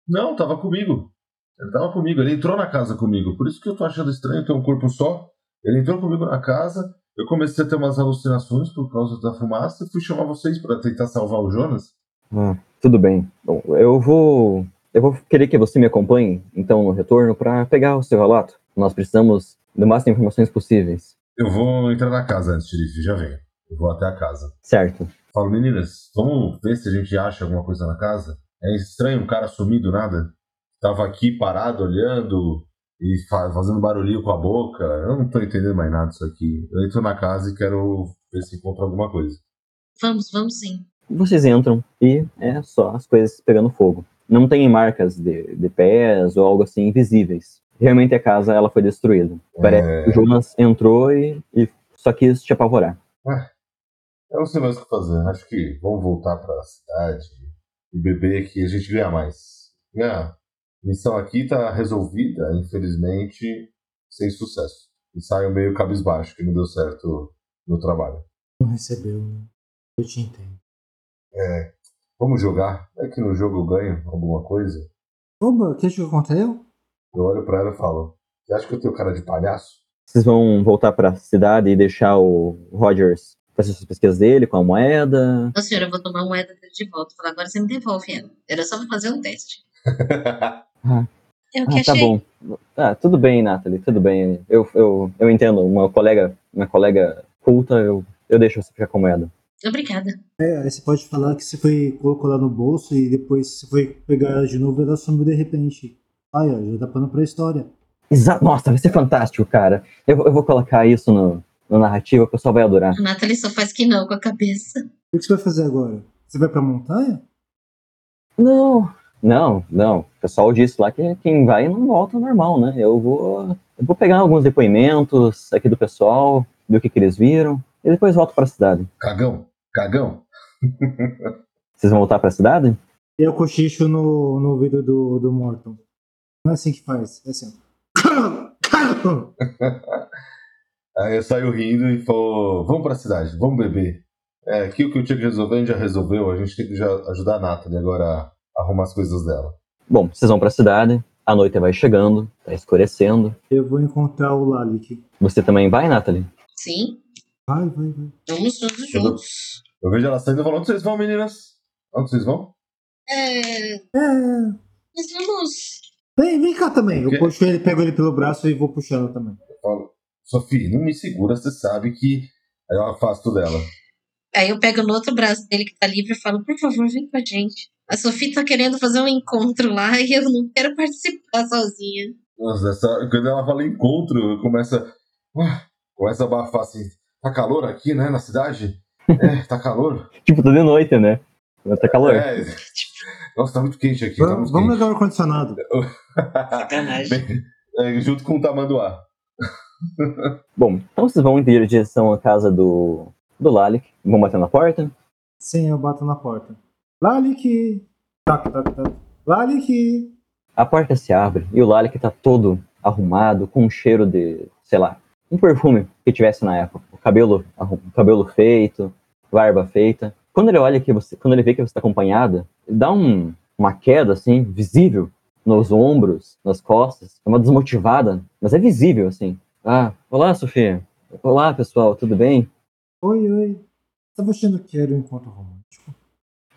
[SPEAKER 4] Não, tava comigo. Ele tava comigo, ele entrou na casa comigo. Por isso que eu tô achando estranho ter um corpo só. Ele entrou comigo na casa, eu comecei a ter umas alucinações por causa da fumaça e fui chamar vocês pra tentar salvar o Jonas.
[SPEAKER 2] Ah, tudo bem. Bom, eu vou. Eu vou querer que você me acompanhe, então, no retorno, para pegar o seu relato. Nós precisamos do máximo de informações possíveis.
[SPEAKER 4] Eu vou entrar na casa antes, xerife, já venho. Eu vou até a casa.
[SPEAKER 2] Certo.
[SPEAKER 4] Falo, meninas, vamos ver se a gente acha alguma coisa na casa? É estranho um cara sumir do nada. Tava aqui parado, olhando e fa- fazendo barulhinho com a boca. Eu não tô entendendo mais nada disso aqui. Eu entro na casa e quero ver se encontro alguma coisa.
[SPEAKER 5] Vamos, vamos sim.
[SPEAKER 2] Vocês entram e é só as coisas pegando fogo. Não tem marcas de, de pés ou algo assim invisíveis. Realmente a casa ela foi destruída. Parece que o Jonas entrou e, e só quis te apavorar.
[SPEAKER 4] Eu não sei mais o que fazer. Acho que vamos voltar pra cidade e beber que a gente ganha mais. Minha missão aqui tá resolvida, infelizmente, sem sucesso. E saio meio cabisbaixo, que não deu certo no trabalho.
[SPEAKER 6] Não recebeu, né? Eu te entendo.
[SPEAKER 4] É, vamos jogar. É que no jogo eu ganho alguma coisa.
[SPEAKER 6] Oba, o que que aconteceu?
[SPEAKER 4] Eu olho pra ela e falo: Você acha que eu tenho cara de palhaço?
[SPEAKER 2] Vocês vão voltar para a cidade e deixar o Rogers fazer suas pesquisas dele com a moeda.
[SPEAKER 5] Ô Então, senhora, eu vou tomar a moeda dele de volta. Falar, agora você me devolve ela. Era só pra fazer um teste. É o que
[SPEAKER 2] Ah, tá
[SPEAKER 5] achei.
[SPEAKER 2] bom. Ah, tudo bem, Nathalie, tudo bem. Eu, eu, eu entendo, uma colega, minha colega culta, eu, eu deixo você ficar com a moeda.
[SPEAKER 5] Obrigada.
[SPEAKER 6] É, aí você pode falar que você foi colocou lá no bolso e depois você foi pegar ela de novo e ela sumiu de repente. Ai, ó, já dá pano pra história.
[SPEAKER 2] Exato, nossa, vai ser fantástico, cara. Eu, vou- eu vou colocar isso no, na narrativa, o pessoal vai adorar.
[SPEAKER 5] A Nathalie só faz que não com a cabeça.
[SPEAKER 6] O que você vai fazer agora? Você vai pra montanha?
[SPEAKER 2] Não, não, não. O pessoal disse lá que quem vai não volta ao normal, né? Eu vou, eu vou pegar alguns depoimentos aqui do pessoal, do que, que eles viram, e depois volto para a cidade.
[SPEAKER 4] Cagão, cagão.
[SPEAKER 2] Vocês vão voltar para a cidade?
[SPEAKER 6] E eu cochicho no, no ouvido do, do Morton. Não é assim que faz, é assim. ó.
[SPEAKER 4] Aí eu saio rindo e falo: Vamos pra cidade, vamos beber. É, aqui o que eu tinha que resolver a gente já resolveu. A gente tem que já ajudar a Nathalie agora a arrumar as coisas dela.
[SPEAKER 2] Bom, vocês vão para a cidade, a noite vai chegando, tá escurecendo.
[SPEAKER 6] Eu vou encontrar o Lalik.
[SPEAKER 2] Você também vai, Nathalie?
[SPEAKER 5] Sim,
[SPEAKER 6] Vai, vai, vai.
[SPEAKER 5] vamos todos
[SPEAKER 4] Eu vou-
[SPEAKER 5] juntos.
[SPEAKER 4] Eu vejo ela saindo e falo: Onde vocês vão, meninas? Onde vocês vão?
[SPEAKER 5] É,
[SPEAKER 6] É,
[SPEAKER 2] Ah.
[SPEAKER 5] mas vamos.
[SPEAKER 6] vem, vem cá também. Eu
[SPEAKER 4] Quê?
[SPEAKER 6] puxo ele, pego ele pelo braço e vou puxar ela também.
[SPEAKER 4] Eu falo: Sofia, não me segura, você sabe que. Aí eu afasto dela.
[SPEAKER 5] Aí eu pego no outro braço dele que tá livre e falo, por favor, vem com a gente. A Sofia tá querendo fazer um encontro lá e eu não quero participar sozinha.
[SPEAKER 4] Nossa, essa- quando ela fala encontro, começa. Começa a abafar assim. Tá calor aqui, né? Na cidade? É, tá calor.
[SPEAKER 2] Tipo, tá de noite, né? Tá calor.
[SPEAKER 4] É. Nossa, tá muito quente aqui. tá muito
[SPEAKER 6] Vamos, vamos
[SPEAKER 4] quente.
[SPEAKER 6] ligar o ar-condicionado.
[SPEAKER 5] Sacanagem.
[SPEAKER 4] É, junto com o tamanduá.
[SPEAKER 2] Bom, então vocês vão em direção à casa do, do Lalik, vão bater na porta.
[SPEAKER 6] Sim, eu bato na porta. Lalik! Tac, tac, tac. Lalik!
[SPEAKER 2] A porta se abre e o Lalik tá todo arrumado, com um cheiro de, sei lá, um perfume que tivesse na época. O cabelo, arrum- o cabelo feito, barba feita. Quando ele olha que você, quando ele vê que você está acompanhada, ele dá um- uma queda assim, visível nos ombros, nas costas, é uma desmotivada, mas é visível assim. Ah, olá, Sofia. Olá, pessoal, tudo bem?
[SPEAKER 6] Oi, oi. Tava achando que era um encontro romântico.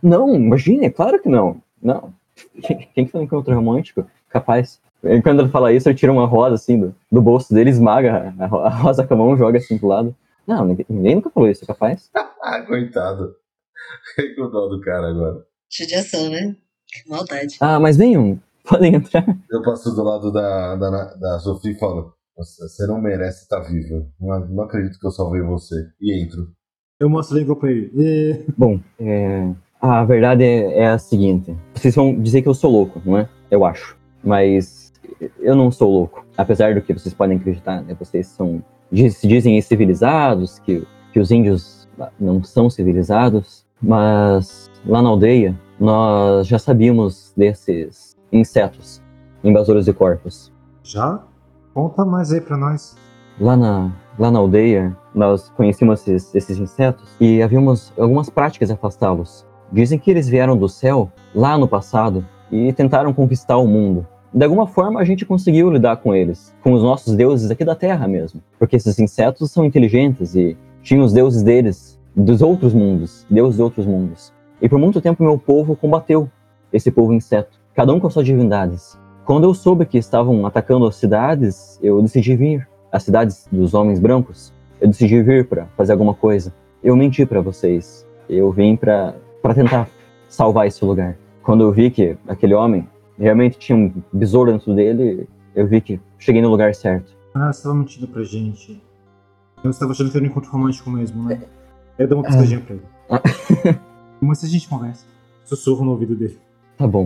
[SPEAKER 2] Não, imagine, é claro que não. Não. Quem que foi um encontro romântico? Capaz. E Quando ele fala isso, ele tira uma rosa assim do, do bolso dele, esmaga a, ro- a rosa com a mão, joga assim pro lado. Não, ninguém, ninguém nunca falou isso, é capaz.
[SPEAKER 4] Ah, coitado. Fiquei com dó do cara agora.
[SPEAKER 5] Judiação, né? Que maldade.
[SPEAKER 2] Ah, mas venham, podem entrar.
[SPEAKER 4] Eu passo do lado da, da, da Sofia e falo: "Você- Você não merece estar viva. Não, não acredito que eu salvei você. E entro.
[SPEAKER 6] Eu mostro a língua pra ele. É,
[SPEAKER 2] Bom, é, a verdade é, é a seguinte. Vocês vão dizer que eu sou louco, não é? Eu acho. Mas eu não sou louco. Apesar do que vocês podem acreditar, né? Vocês são. diz- Se dizem civilizados, que, que os índios não são civilizados. Mas lá na aldeia, nós já sabíamos desses insetos, invasores de corpos.
[SPEAKER 6] já? Conta mais aí pra nós.
[SPEAKER 2] Lá na, lá na aldeia, nós conhecíamos esses, esses insetos e havíamos algumas práticas de afastá-los. Dizem que eles vieram do céu lá no passado e tentaram conquistar o mundo. De alguma forma, a gente conseguiu lidar com eles, com os nossos deuses aqui da Terra mesmo. Porque esses insetos são inteligentes e tinham os deuses deles, dos outros mundos, deuses de outros mundos. E por muito tempo, meu povo combateu esse povo inseto, cada um com as suas divindades. Quando eu soube que estavam atacando as cidades, eu decidi vir as cidades dos homens brancos, eu decidi vir para fazer alguma coisa. Eu menti para vocês. Eu vim para tentar salvar esse lugar. Quando eu vi que aquele homem realmente tinha um besouro dentro dele, eu vi que cheguei no lugar certo.
[SPEAKER 6] Ah, você tava mentindo pra gente. Eu estava achando que era um encontro romântico mesmo, né? Eu dou uma piscadinha pra ele.
[SPEAKER 2] Ah.
[SPEAKER 6] Mas a gente conversa. Sussurro no ouvido dele.
[SPEAKER 2] Tá bom.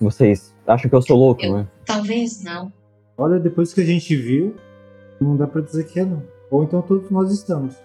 [SPEAKER 2] Vocês acham que eu sou louco, né?
[SPEAKER 5] Talvez não.
[SPEAKER 6] Olha, depois que a gente viu, não dá pra dizer que é não. Ou então todos nós estamos.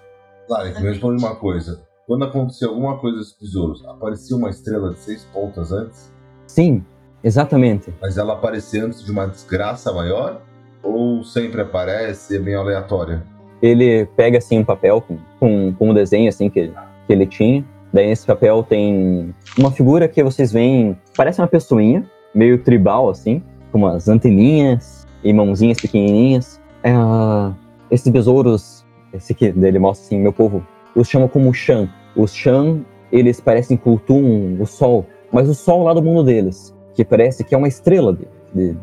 [SPEAKER 4] Larek, me responde uma coisa. Quando aconteceu alguma coisa esses besouros, aparecia uma estrela de seis pontas antes?
[SPEAKER 2] Sim, exatamente.
[SPEAKER 4] Mas ela aparecia antes de uma desgraça maior? Ou sempre aparece e é bem aleatória?
[SPEAKER 2] ele pega assim um papel com, com, com um desenho assim que, que ele tinha. Daí nesse papel tem uma figura que vocês veem, parece uma pessoinha, meio tribal assim, com umas anteninhas e mãozinhas pequenininhas. É, ah, esses besouros, esse aqui, daí ele mostra assim, meu povo, os chama como Shan. Os Shan, eles parecem cultuam o sol, mas o sol lá do mundo deles, que parece que é uma estrela de- de,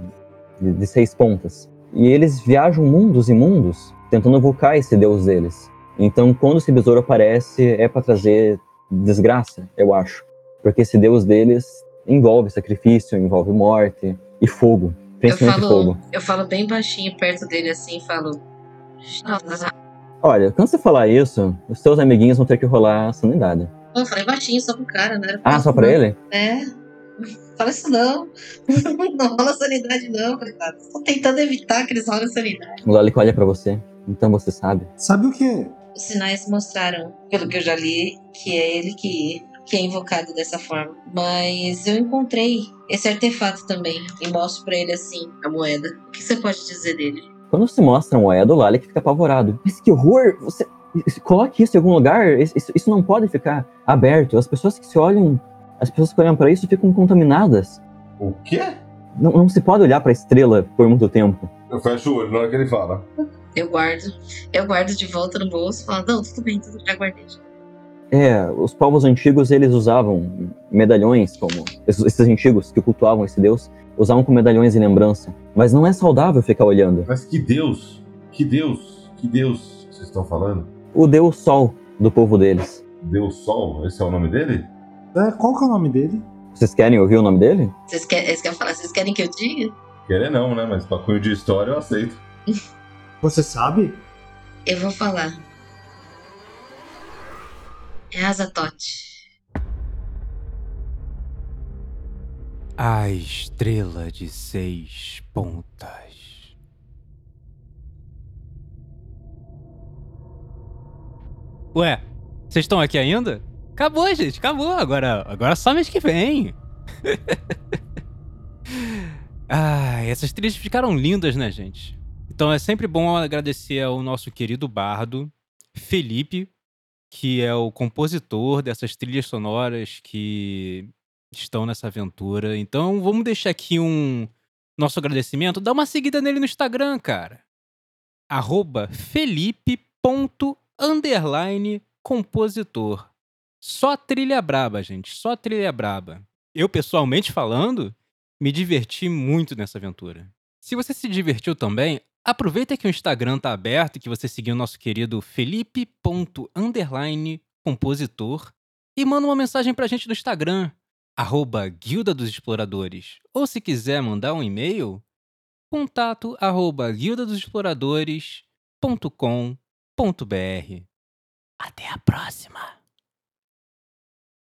[SPEAKER 2] de, de seis pontas. E eles viajam mundos e mundos tentando invocar esse deus deles. Então, quando esse besouro aparece, é para trazer desgraça, eu acho. Porque esse deus deles envolve sacrifício, envolve morte e fogo.
[SPEAKER 5] Eu
[SPEAKER 2] Principalmente
[SPEAKER 5] falo,
[SPEAKER 2] fogo.
[SPEAKER 5] eu falo bem baixinho perto dele assim e falo.
[SPEAKER 2] Olha, quando você falar isso, os seus amiguinhos vão ter que rolar a sanidade.
[SPEAKER 5] Eu falei baixinho só pro cara, né?
[SPEAKER 2] Ah, só pra ele?
[SPEAKER 5] É. Fala isso não. não rola sanidade, não, coitado. Tô tentando evitar que eles rolem sanidade.
[SPEAKER 2] O Lalico olha pra você. Então você sabe.
[SPEAKER 6] Sabe o que é?
[SPEAKER 5] Os sinais mostraram, pelo que eu já li, que é ele que, que é invocado dessa forma. Mas eu encontrei esse artefato também e mostro pra ele assim a moeda. O que você pode dizer dele?
[SPEAKER 2] Quando se mostra a moeda, o Lalic fica apavorado. Mas que horror! Você coloque isso em algum lugar? Isso, isso- isso não pode ficar aberto. As pessoas que se olham, as pessoas que olham para isso ficam contaminadas.
[SPEAKER 4] O quê?
[SPEAKER 2] Não, não se pode olhar para estrela por muito tempo.
[SPEAKER 4] Eu fecho o olho na hora que ele fala.
[SPEAKER 5] Eu guardo. Eu guardo de volta no bolso e falo, não, tudo bem, tudo bem, já guardei.
[SPEAKER 2] É, os povos antigos eles usavam medalhões como esses, esses antigos que cultuavam esse deus usavam com medalhões em lembrança. Mas não é saudável ficar olhando.
[SPEAKER 4] Mas que Deus, que Deus, que Deus que vocês estão falando?
[SPEAKER 2] O deus sol do povo deles.
[SPEAKER 4] Deus Sol, esse é o nome dele?
[SPEAKER 6] É, qual que é o nome dele?
[SPEAKER 2] Vocês querem ouvir o nome dele?
[SPEAKER 5] Vocês querem, eles querem falar, vocês querem que eu diga?
[SPEAKER 4] Querer não, né? Mas pra cunho de história eu aceito.
[SPEAKER 6] Você sabe?
[SPEAKER 5] Eu vou falar. É Azatote.
[SPEAKER 1] A estrela de seis pontas. Ué, vocês estão aqui ainda? Acabou, gente, acabou. Agora, agora só mês que vem. ah, essas trilhas ficaram lindas, né, gente? Então é sempre bom agradecer ao nosso querido bardo, Felipe, que é o compositor dessas trilhas sonoras que estão nessa aventura. Então, vamos deixar aqui um nosso agradecimento. Dá uma seguida nele no Instagram, cara. Arroba felipe.compositor. Só trilha braba, gente. Só trilha braba. Eu, pessoalmente falando, me diverti muito nessa aventura. Se você se divertiu também, aproveita que o Instagram tá aberto e que você seguiu o nosso querido felipe.compositor e manda uma mensagem pra gente no Instagram, arroba Guilda dos Exploradores. Ou se quiser mandar um e-mail, contato arroba guildadosexploradores.com.br. Até a próxima!